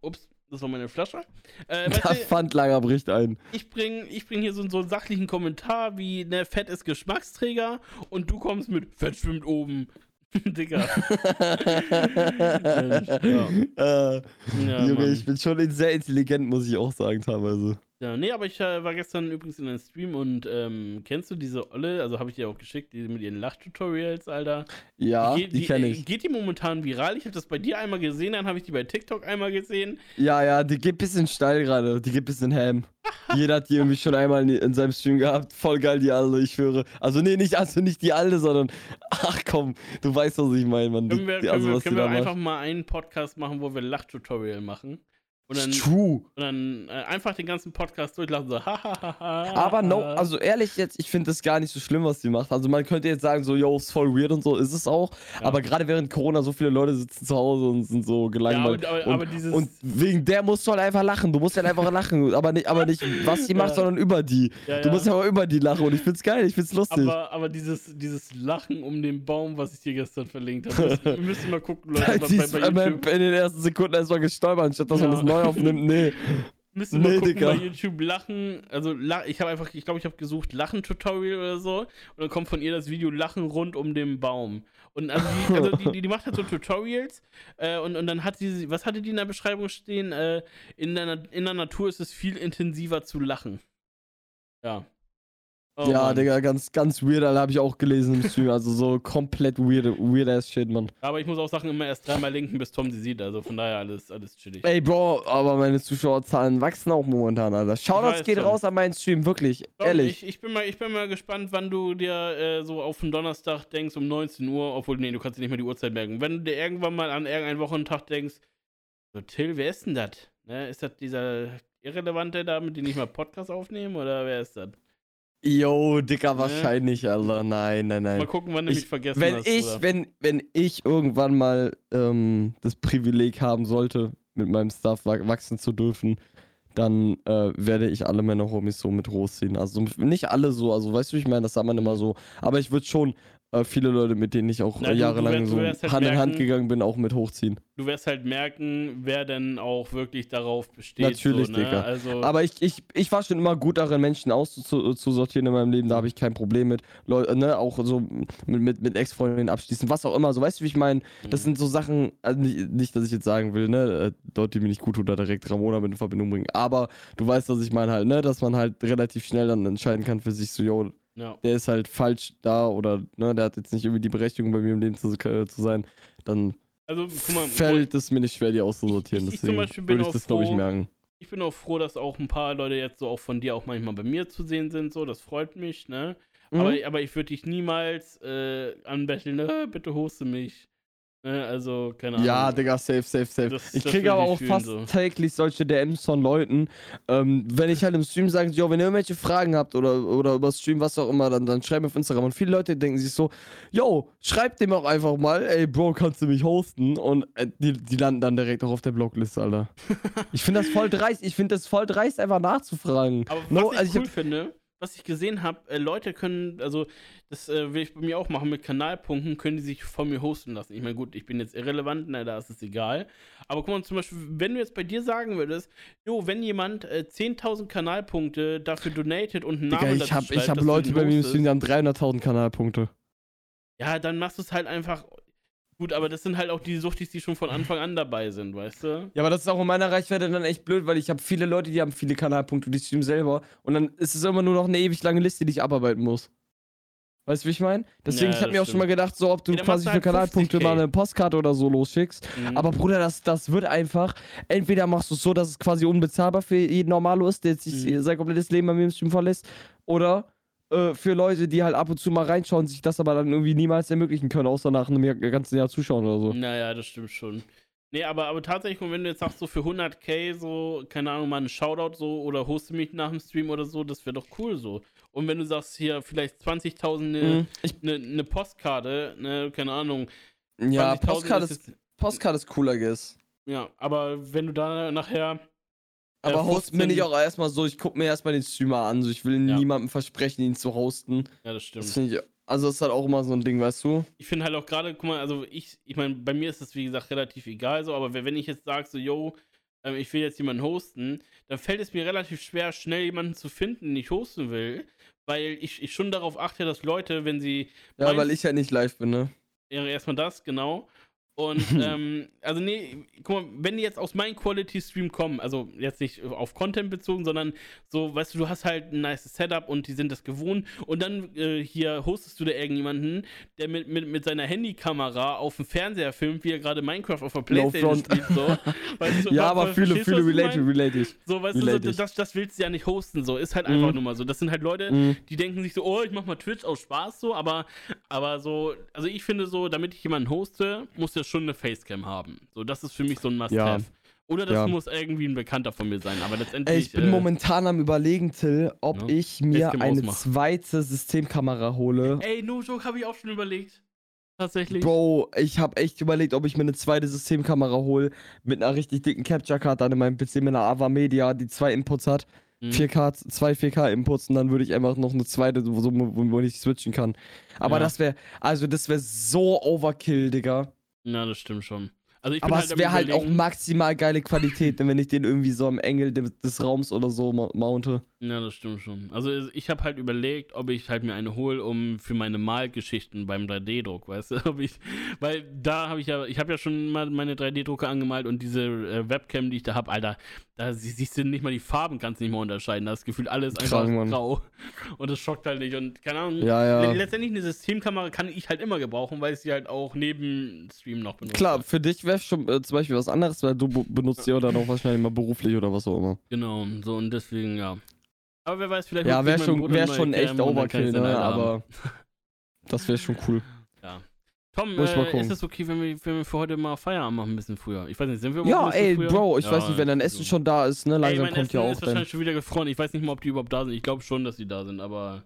[SPEAKER 2] ups, das war meine Flasche. Äh,
[SPEAKER 3] Da
[SPEAKER 2] weißt du,
[SPEAKER 3] Pfandlager bricht ein.
[SPEAKER 2] ich bring, ich bring hier so, so einen sachlichen Kommentar wie, ne, Fett ist Geschmacksträger und du kommst mit Fett schwimmt oben. [LAUGHS] Digga.
[SPEAKER 3] [LAUGHS] äh,
[SPEAKER 2] Ja,
[SPEAKER 3] Junge,
[SPEAKER 2] Mann.
[SPEAKER 3] ich bin schon sehr intelligent, muss ich auch sagen, teilweise.
[SPEAKER 2] Ja, nee, aber ich äh, war gestern übrigens in einem Stream und ähm, kennst du diese Olle? Also habe ich dir auch geschickt, die mit ihren Lachtutorials, Alter.
[SPEAKER 3] Ja,
[SPEAKER 2] geht,
[SPEAKER 3] die kenne ich.
[SPEAKER 2] äh, Geht die momentan viral? Ich habe das bei dir einmal gesehen, dann habe ich die bei TikTok einmal gesehen.
[SPEAKER 3] Ja, ja, die geht bisschen steil gerade. Die geht bisschen ham. Jeder hat die irgendwie schon einmal in, in seinem Stream gehabt. Voll geil, die alle, ich schwöre. Also, nee, nicht, also nicht die alle, sondern. Ach komm, du weißt, was ich meine, Mann. Die,
[SPEAKER 2] Können wir,
[SPEAKER 3] die,
[SPEAKER 2] können
[SPEAKER 3] also,
[SPEAKER 2] wir,
[SPEAKER 3] was
[SPEAKER 2] können
[SPEAKER 3] die
[SPEAKER 2] wir
[SPEAKER 3] da
[SPEAKER 2] einfach
[SPEAKER 3] macht.
[SPEAKER 2] mal einen Podcast machen, wo wir Lachtutorial machen? Und dann,
[SPEAKER 3] True.
[SPEAKER 2] und dann äh, einfach den ganzen Podcast durchlachen, so [LAUGHS] hahaha.
[SPEAKER 3] Aber no, also ehrlich jetzt, ich finde das gar nicht so schlimm, was die macht. Also man könnte jetzt sagen, so, yo, ist voll weird und so, ist es auch.
[SPEAKER 2] Ja.
[SPEAKER 3] Aber gerade während Corona so viele Leute sitzen zu Hause und sind so
[SPEAKER 2] ja,
[SPEAKER 3] gelangweilt.
[SPEAKER 2] aber, aber,
[SPEAKER 3] und,
[SPEAKER 2] aber dieses.
[SPEAKER 3] und wegen der musst du halt einfach lachen. Du musst halt einfach lachen. Aber nicht, aber nicht was die macht,
[SPEAKER 2] Ja.
[SPEAKER 3] sondern über die.
[SPEAKER 2] ja,
[SPEAKER 3] Du
[SPEAKER 2] ja.
[SPEAKER 3] musst ja mal über die lachen und ich find's geil, ich find's lustig.
[SPEAKER 2] aber, aber dieses, dieses Lachen um den Baum, was ich dir gestern verlinkt habe, das- wir
[SPEAKER 3] [LAUGHS]
[SPEAKER 2] müssen mal gucken, Leute,
[SPEAKER 3] Die ist
[SPEAKER 2] bei, bei
[SPEAKER 3] einmal
[SPEAKER 2] YouTube.
[SPEAKER 3] in den ersten Sekunden erstmal gestolpert, anstatt dass man
[SPEAKER 2] Ja.
[SPEAKER 3] das neu aufnimmt. Nee.
[SPEAKER 2] Müssen wir mal
[SPEAKER 3] Nee,
[SPEAKER 2] gucken
[SPEAKER 3] Digga.
[SPEAKER 2] bei YouTube Lachen. Also la ich habe einfach, ich glaube, ich habe gesucht Lachen-Tutorial oder so. Und dann kommt von ihr das Video Lachen rund um den Baum. Und also die, also die, die, die macht halt so Tutorials. Äh, und, und dann hat sie, was hatte die in der Beschreibung stehen? Äh, in, der, Na- in der Natur ist es viel intensiver zu lachen. Ja. [LAUGHS] Oh,
[SPEAKER 3] ja,
[SPEAKER 2] Mann.
[SPEAKER 3] Digga, ganz, ganz weird, Alter, habe ich auch gelesen im Stream. Also so komplett weird, weird ass shit, Mann.
[SPEAKER 2] Aber ich muss auch Sachen immer erst dreimal linken, bis Tom sie sieht. Also von daher alles, alles chillig.
[SPEAKER 3] Ey, Bro, aber meine Zuschauerzahlen wachsen auch momentan, Alter. Shoutouts
[SPEAKER 2] weiß
[SPEAKER 3] geht
[SPEAKER 2] schon.
[SPEAKER 3] raus an meinen Stream, wirklich,
[SPEAKER 2] Tom,
[SPEAKER 3] ehrlich.
[SPEAKER 2] Ich, ich, bin mal, ich bin mal gespannt, wann du dir äh, so auf den Donnerstag denkst um 19 Uhr, obwohl, nee, du kannst dir nicht mehr die Uhrzeit merken. Wenn du dir irgendwann mal an irgendeinen Wochentag denkst, so Till, wer ist denn das? Ne? Ist das dieser Irrelevante da, mit dem ich mal Podcast aufnehmen oder wer ist das?
[SPEAKER 3] Yo, Dicker, wahrscheinlich, Alter. Nein, nein,
[SPEAKER 2] Mal
[SPEAKER 3] nein.
[SPEAKER 2] gucken, wann du mich
[SPEAKER 3] Ich-
[SPEAKER 2] vergessen
[SPEAKER 3] Wenn
[SPEAKER 2] hast.
[SPEAKER 3] ich,
[SPEAKER 2] Bruder.
[SPEAKER 3] wenn, wenn ich irgendwann mal ähm, das Privileg haben sollte, mit meinem Stuff wa- wachsen zu dürfen, dann äh, werde ich alle meine Homies so mit großziehen. Also nicht alle so, also weißt du, wie ich meine, das sagt man immer so. Aber ich würde schon äh, viele Leute, mit denen ich auch
[SPEAKER 2] Na,
[SPEAKER 3] äh,
[SPEAKER 2] du- du
[SPEAKER 3] jahrelang
[SPEAKER 2] wirst- du wirst
[SPEAKER 3] so
[SPEAKER 2] halt
[SPEAKER 3] Hand in Hand
[SPEAKER 2] merken-
[SPEAKER 3] gegangen bin, auch mit hochziehen.
[SPEAKER 2] Du wirst halt merken, wer denn auch wirklich darauf besteht.
[SPEAKER 3] Natürlich,
[SPEAKER 2] so, ne?
[SPEAKER 3] Digga.
[SPEAKER 2] Also,
[SPEAKER 3] Aber ich, ich, ich war schon immer gut darin, Menschen auszusortieren in meinem Leben. Da habe ich kein Problem mit. Leute, ne, auch so mit, mit, mit Ex-Freundinnen abschließen, was auch immer. So, weißt du, wie ich meine?
[SPEAKER 2] hm, Mhm.
[SPEAKER 3] Das sind so Sachen, also nicht, nicht, dass ich jetzt sagen will, ne, äh, Leute, die mir nicht gut tun, da direkt Ramona mit in Verbindung bringen. Aber du weißt, was ich meine halt, ne, dass man halt relativ schnell dann entscheiden kann für sich so, yo,
[SPEAKER 2] ja.
[SPEAKER 3] der ist halt falsch da oder, ne, der hat jetzt nicht irgendwie die Berechtigung, bei mir im Leben zu, äh, zu sein. Dann
[SPEAKER 2] also guck mal,
[SPEAKER 3] fällt es mir nicht schwer, die auszusortieren.
[SPEAKER 2] Ich- ich zum
[SPEAKER 3] Deswegen
[SPEAKER 2] Beispiel bin
[SPEAKER 3] würde ich
[SPEAKER 2] auch
[SPEAKER 3] das, glaube ich,
[SPEAKER 2] froh,
[SPEAKER 3] merken.
[SPEAKER 2] ich bin auch froh, dass auch ein paar Leute jetzt so auch von dir auch manchmal bei mir zu sehen sind, so, das freut mich, ne? Aber,
[SPEAKER 3] Mhm.
[SPEAKER 2] aber ich würde dich niemals äh, anbetteln, äh, bitte hoste mich. Ne? Also, keine Ahnung.
[SPEAKER 3] Ja, Digga, safe, safe, safe.
[SPEAKER 2] Das-
[SPEAKER 3] ich
[SPEAKER 2] das
[SPEAKER 3] kriege
[SPEAKER 2] würd
[SPEAKER 3] aber
[SPEAKER 2] ich
[SPEAKER 3] auch
[SPEAKER 2] fühlen,
[SPEAKER 3] fast
[SPEAKER 2] so.
[SPEAKER 3] täglich solche DMs von Leuten. Ähm, wenn ich halt im Stream sage, yo, wenn ihr irgendwelche Fragen habt oder, oder über Stream, was auch immer, dann, dann schreibt mir auf Instagram. Und viele Leute denken sich so, yo, schreibt dem auch einfach mal, ey, Bro, kannst du mich hosten? Und äh, die, die landen dann direkt auch auf der
[SPEAKER 2] [LAUGHS]
[SPEAKER 3] Blockliste, Alter. ich finde das voll dreist. Ich finde das voll dreist, einfach nachzufragen.
[SPEAKER 2] Aber was
[SPEAKER 3] No,
[SPEAKER 2] ich
[SPEAKER 3] also ich
[SPEAKER 2] cool finde, was ich gesehen habe, äh, Leute können, also das äh, will ich bei mir auch machen, mit Kanalpunkten können die sich von mir hosten lassen. Ich meine, gut, ich bin jetzt irrelevant, na, da ist es egal. Aber guck mal, zum Beispiel, wenn du jetzt bei dir sagen würdest, jo, wenn jemand äh, 10.000 Kanalpunkte dafür donatet und einen
[SPEAKER 3] Digga,
[SPEAKER 2] Namen
[SPEAKER 3] ich
[SPEAKER 2] dazu
[SPEAKER 3] habe
[SPEAKER 2] schreibt,
[SPEAKER 3] ich hab
[SPEAKER 2] dass du
[SPEAKER 3] Leute
[SPEAKER 2] ihn
[SPEAKER 3] bei mir im
[SPEAKER 2] hostest,
[SPEAKER 3] Stream, die haben 300.000 Kanalpunkte.
[SPEAKER 2] Ja, dann machst du es halt einfach. Gut, aber das sind halt auch die Suchtis, die schon von Anfang an dabei sind, weißt du?
[SPEAKER 3] Ja, aber das ist auch in meiner Reichweite dann echt blöd, weil ich habe viele Leute, die haben viele Kanalpunkte, die streamen selber. Und dann ist es immer nur noch eine ewig lange Liste, die ich abarbeiten muss. Weißt du, wie ich meine?
[SPEAKER 2] Ja,
[SPEAKER 3] Deswegen, ich habe
[SPEAKER 2] das
[SPEAKER 3] mir auch schon
[SPEAKER 2] stimmt.
[SPEAKER 3] mal gedacht, so, ob du
[SPEAKER 2] Ja, dann
[SPEAKER 3] quasi
[SPEAKER 2] machst du
[SPEAKER 3] für
[SPEAKER 2] halt
[SPEAKER 3] Kanalpunkte
[SPEAKER 2] 50k.
[SPEAKER 3] mal eine Postkarte oder so losschickst.
[SPEAKER 2] Mhm.
[SPEAKER 3] Aber Bruder, das, das wird einfach. Entweder machst du es so, dass es quasi unbezahlbar für jeden Normalo ist, der jetzt sich
[SPEAKER 2] Mhm.
[SPEAKER 3] sein komplettes Leben bei mir im Stream verlässt. Oder äh, für Leute, die halt ab und zu mal reinschauen, sich das aber dann irgendwie niemals ermöglichen können, außer nach einem Jahr- ganzen Jahr zuschauen oder so.
[SPEAKER 2] Naja, das stimmt schon. Nee, aber, aber tatsächlich, und wenn du jetzt sagst, so für 100k, so, keine Ahnung, mal einen Shoutout so oder hoste mich nach dem Stream oder so, das wäre doch cool so. Und wenn du sagst, hier vielleicht 20.000 eine
[SPEAKER 3] Mhm. Ich,
[SPEAKER 2] ne, ne Postkarte, ne, keine Ahnung.
[SPEAKER 3] ja,
[SPEAKER 2] 20.000
[SPEAKER 3] Postkarte ist
[SPEAKER 2] jetzt-
[SPEAKER 3] Postcard ist cooler, Guess.
[SPEAKER 2] Ja, aber wenn du da nachher. äh,
[SPEAKER 3] Aber hosten bin
[SPEAKER 2] 15
[SPEAKER 3] ich auch erstmal so, ich guck mir erstmal den Streamer an. So, ich will
[SPEAKER 2] Ja.
[SPEAKER 3] niemandem versprechen, ihn zu hosten.
[SPEAKER 2] Ja, das
[SPEAKER 3] Das
[SPEAKER 2] stimmt.
[SPEAKER 3] find ich, also das ist halt auch immer so ein Ding, weißt du?
[SPEAKER 2] Ich finde halt auch gerade, guck mal, also ich, ich meine, bei mir ist das wie gesagt relativ egal so, aber wenn wenn ich jetzt sage, so, yo, ähm, ich will jetzt jemanden hosten, dann fällt es mir relativ schwer, schnell jemanden zu finden, den ich hosten will, weil ich, ich schon darauf achte, dass Leute, wenn sie
[SPEAKER 3] Ja,
[SPEAKER 2] Meinst-
[SPEAKER 3] weil ich halt nicht live
[SPEAKER 2] [LAUGHS]
[SPEAKER 3] bin, ne?
[SPEAKER 2] ja, erstmal das, genau.
[SPEAKER 3] [LAUGHS]
[SPEAKER 2] Und ähm, also nee, guck mal, wenn die jetzt aus meinem Quality-Stream kommen, also jetzt nicht auf Content bezogen, sondern so, weißt du, du hast halt ein nice Setup und die sind das gewohnt und dann äh, hier hostest du da irgendjemanden, der mit, mit, mit seiner Handykamera auf dem Fernseher filmt, wie er gerade Minecraft auf der Playstation
[SPEAKER 3] front.
[SPEAKER 2] spielt,
[SPEAKER 3] [LAUGHS]
[SPEAKER 2] so. Weißt du,
[SPEAKER 3] ja,
[SPEAKER 2] wa-
[SPEAKER 3] aber
[SPEAKER 2] wa-
[SPEAKER 3] viele,
[SPEAKER 2] verstehst du,
[SPEAKER 3] viele
[SPEAKER 2] was ich
[SPEAKER 3] relate,
[SPEAKER 2] mein?
[SPEAKER 3] relate ich.
[SPEAKER 2] So, weißt
[SPEAKER 3] relate
[SPEAKER 2] du,
[SPEAKER 3] ich.
[SPEAKER 2] so, das, das willst du ja nicht hosten, so. Ist halt
[SPEAKER 3] Mhm.
[SPEAKER 2] einfach nur mal so. Das sind halt Leute,
[SPEAKER 3] Mhm.
[SPEAKER 2] die denken sich so, oh, ich mach mal Twitch aus Spaß so, aber, aber so, also ich finde so, damit ich jemanden hoste, muss der schon eine Facecam haben. So, das ist für mich so ein Must-Have. Oder das
[SPEAKER 3] Ja.
[SPEAKER 2] muss irgendwie ein Bekannter von mir sein, aber letztendlich.
[SPEAKER 3] Ey, ich bin
[SPEAKER 2] äh,
[SPEAKER 3] momentan am überlegen, Till, ob
[SPEAKER 2] Ja.
[SPEAKER 3] ich mir
[SPEAKER 2] Facecam
[SPEAKER 3] eine
[SPEAKER 2] ausmachen.
[SPEAKER 3] zweite Systemkamera hole.
[SPEAKER 2] Ey, no joke, habe ich auch schon überlegt. Tatsächlich.
[SPEAKER 3] Bro, ich habe echt überlegt, ob ich mir eine zweite Systemkamera hole mit einer richtig dicken Capture-Card dann in meinem PC mit einer Ava Media, die zwei Inputs hat.
[SPEAKER 2] Mhm.
[SPEAKER 3] 4K, zwei 4K-Inputs und dann würde ich einfach noch eine zweite, so, so, wo, wo ich switchen kann. Aber
[SPEAKER 2] Ja.
[SPEAKER 3] das wäre, also das wäre so Overkill, Digga.
[SPEAKER 2] Na, das stimmt schon. Also ich bin
[SPEAKER 3] Aber es
[SPEAKER 2] am
[SPEAKER 3] wäre halt auch
[SPEAKER 2] Überlegen-
[SPEAKER 3] maximal geile Qualität, wenn ich den irgendwie so am Engel des, des Raums oder so ma- mounte.
[SPEAKER 2] Ja, das stimmt schon. Also ich habe halt überlegt, ob ich halt mir eine hole, um für meine Malgeschichten beim 3D-Druck, weißt du, [LAUGHS] ob ich, weil da habe ich ja, ich habe ja schon mal meine 3D-Drucker angemalt und diese äh, Webcam, die ich da habe, Alter, Da sie- siehst du nicht mal die Farben, kannst du nicht mal unterscheiden. Das Gefühl, alles einfach
[SPEAKER 3] Krank, Mann.
[SPEAKER 2] grau. [LAUGHS] Und das schockt halt nicht. Und keine Ahnung.
[SPEAKER 3] Ja, ja.
[SPEAKER 2] Letztendlich eine Systemkamera kann ich halt immer gebrauchen, weil ich sie halt auch neben Stream noch benutze.
[SPEAKER 3] Klar, für dich wäre schon äh, zum Beispiel was anderes, weil du bu- benutzt ja dann auch wahrscheinlich mal beruflich oder was auch immer.
[SPEAKER 2] Genau, so und deswegen, ja. Aber wer weiß, vielleicht.
[SPEAKER 3] Ja,
[SPEAKER 2] holt
[SPEAKER 3] wäre
[SPEAKER 2] sich mein
[SPEAKER 3] schon,
[SPEAKER 2] Bruder
[SPEAKER 3] wär
[SPEAKER 2] eine
[SPEAKER 3] schon
[SPEAKER 2] neue
[SPEAKER 3] echt
[SPEAKER 2] Cam und dann kann
[SPEAKER 3] Overkill,
[SPEAKER 2] ich's dann
[SPEAKER 3] ne?
[SPEAKER 2] halt haben.
[SPEAKER 3] Aber das wäre schon cool.
[SPEAKER 2] Tom,
[SPEAKER 3] Muss ich mal
[SPEAKER 2] äh,
[SPEAKER 3] gucken.
[SPEAKER 2] ist es okay, wenn wir, wenn wir für heute mal Feierabend machen, ein bisschen früher? Ich weiß nicht, sind wir
[SPEAKER 3] Ja,
[SPEAKER 2] überhaupt ein
[SPEAKER 3] ey,
[SPEAKER 2] bisschen früher?
[SPEAKER 3] Bro, ich weiß
[SPEAKER 2] Ja,
[SPEAKER 3] nicht, wenn dein
[SPEAKER 2] so.
[SPEAKER 3] Essen schon da ist, ne?
[SPEAKER 2] Ey,
[SPEAKER 3] Langsam
[SPEAKER 2] mein
[SPEAKER 3] kommt
[SPEAKER 2] Essen
[SPEAKER 3] ja auch
[SPEAKER 2] ist
[SPEAKER 3] dein.
[SPEAKER 2] wahrscheinlich schon wieder gefroren. Ich weiß nicht mal, ob die überhaupt da sind. Ich glaube schon, dass die da sind, aber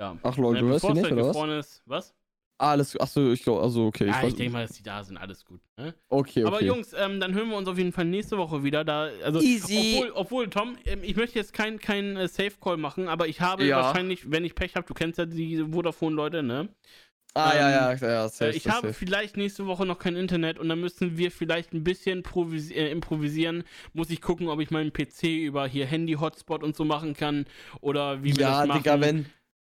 [SPEAKER 2] ja.
[SPEAKER 3] Ach lol, du hörst
[SPEAKER 2] bevor
[SPEAKER 3] die
[SPEAKER 2] es
[SPEAKER 3] nicht,
[SPEAKER 2] halt
[SPEAKER 3] oder was?
[SPEAKER 2] gefroren ist, was?
[SPEAKER 3] Alles, achso, ich glaube, also okay, ich
[SPEAKER 2] ja, ich
[SPEAKER 3] weiß.
[SPEAKER 2] denke mal, dass die da sind. Alles gut. Ne?
[SPEAKER 3] Okay, okay.
[SPEAKER 2] Aber Jungs, ähm, dann hören wir uns auf jeden Fall nächste Woche wieder. Da, also,
[SPEAKER 3] Easy.
[SPEAKER 2] Obwohl, obwohl Tom, ähm, ich möchte jetzt keinen kein, äh, Safe Call machen, aber ich habe
[SPEAKER 3] Ja.
[SPEAKER 2] wahrscheinlich, wenn ich Pech habe, du kennst ja die Vodafone-Leute, ne?
[SPEAKER 3] ah, ja, ja,
[SPEAKER 2] ähm,
[SPEAKER 3] ja, ja,
[SPEAKER 2] Äh,
[SPEAKER 3] safe,
[SPEAKER 2] ich
[SPEAKER 3] safe,
[SPEAKER 2] habe
[SPEAKER 3] safe.
[SPEAKER 2] vielleicht nächste Woche noch kein Internet und dann müssen wir vielleicht ein bisschen provis- äh, improvisieren. Muss ich gucken, ob ich meinen PC über hier Handy-Hotspot und so machen kann oder wie wir
[SPEAKER 3] Ja,
[SPEAKER 2] das machen.
[SPEAKER 3] Digga, wenn,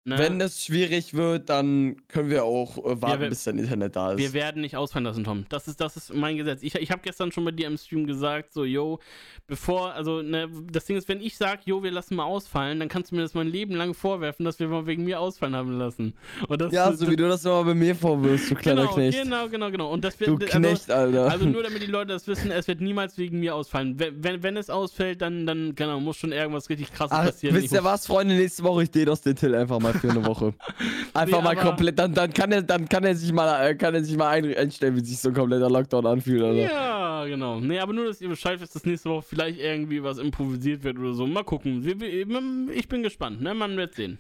[SPEAKER 2] ne?
[SPEAKER 3] wenn es schwierig wird, dann können wir auch äh, warten,
[SPEAKER 2] wir-
[SPEAKER 3] bis dein Internet da ist.
[SPEAKER 2] Wir werden nicht ausfallen lassen, Tom. Das ist, das ist mein Gesetz. Ich, ich habe gestern schon bei dir im Stream gesagt, so, yo, bevor, also, ne, das Ding ist, wenn ich sage, yo, wir lassen mal ausfallen, dann kannst du mir das mein Leben lang vorwerfen, dass wir mal wegen mir ausfallen haben lassen. Und das,
[SPEAKER 3] ja,
[SPEAKER 2] das,
[SPEAKER 3] so wie du das immer bei mir vorwirfst, du kleiner
[SPEAKER 2] genau,
[SPEAKER 3] Knecht.
[SPEAKER 2] genau, genau, genau. Und das wird,
[SPEAKER 3] Du
[SPEAKER 2] also-
[SPEAKER 3] Knecht, Alter.
[SPEAKER 2] Also nur damit die Leute das wissen, es wird niemals wegen mir ausfallen. Wenn, wenn, wenn es ausfällt, dann, dann genau, muss schon irgendwas richtig krasses
[SPEAKER 3] Ach,
[SPEAKER 2] passieren.
[SPEAKER 3] Ah, wisst ihr was, Freunde? Nächste Woche ich den aus den Till einfach mal für eine Woche. Einfach
[SPEAKER 2] [LAUGHS] Nee,
[SPEAKER 3] mal
[SPEAKER 2] aber-
[SPEAKER 3] komplett. Dann, dann kann er, dann kann er sich mal, äh, kann er sich mal ein, einstellen, wie sich so ein kompletter Lockdown anfühlt. also. Alter.
[SPEAKER 2] ja, genau. Nee, aber nur, dass ihr Bescheid wisst, dass nächste Woche vielleicht irgendwie was improvisiert wird oder so. Mal gucken. Wir, wir, ich bin gespannt, ne? Man wird sehen.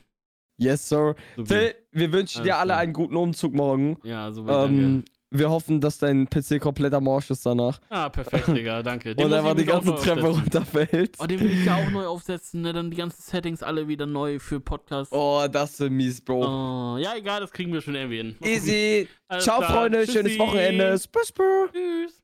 [SPEAKER 3] Yes, sir.
[SPEAKER 2] So
[SPEAKER 3] Till, wir wünschen dir
[SPEAKER 2] Alles
[SPEAKER 3] alle
[SPEAKER 2] klar.
[SPEAKER 3] einen guten Umzug morgen.
[SPEAKER 2] wie- Ja, so wie
[SPEAKER 3] Ähm,
[SPEAKER 2] danke.
[SPEAKER 3] wir hoffen, dass dein PC kompletter Morsch ist danach
[SPEAKER 2] Ah,
[SPEAKER 3] [LAUGHS]
[SPEAKER 2] perfekt, Digga, danke.
[SPEAKER 3] und
[SPEAKER 2] muss ich
[SPEAKER 3] einfach die
[SPEAKER 2] übrigens auch
[SPEAKER 3] ganze
[SPEAKER 2] neu
[SPEAKER 3] Treppe
[SPEAKER 2] aufsetzen.
[SPEAKER 3] runterfällt.
[SPEAKER 2] Oh, den will ich ja auch neu aufsetzen, ne? Dann die ganzen Settings alle wieder neu für Oh, Podcast. Oh.
[SPEAKER 3] [LAUGHS] Oh, das ist mies, Bro.
[SPEAKER 2] ja, egal, das kriegen wir schon irgendwie hin. Mal gucken.
[SPEAKER 3] Easy.
[SPEAKER 2] Alles
[SPEAKER 3] Ciao,
[SPEAKER 2] klar.
[SPEAKER 3] Freunde. Schönes
[SPEAKER 2] Tschüssi.
[SPEAKER 3] Wochenende. Spür, spür.
[SPEAKER 2] Tschüss.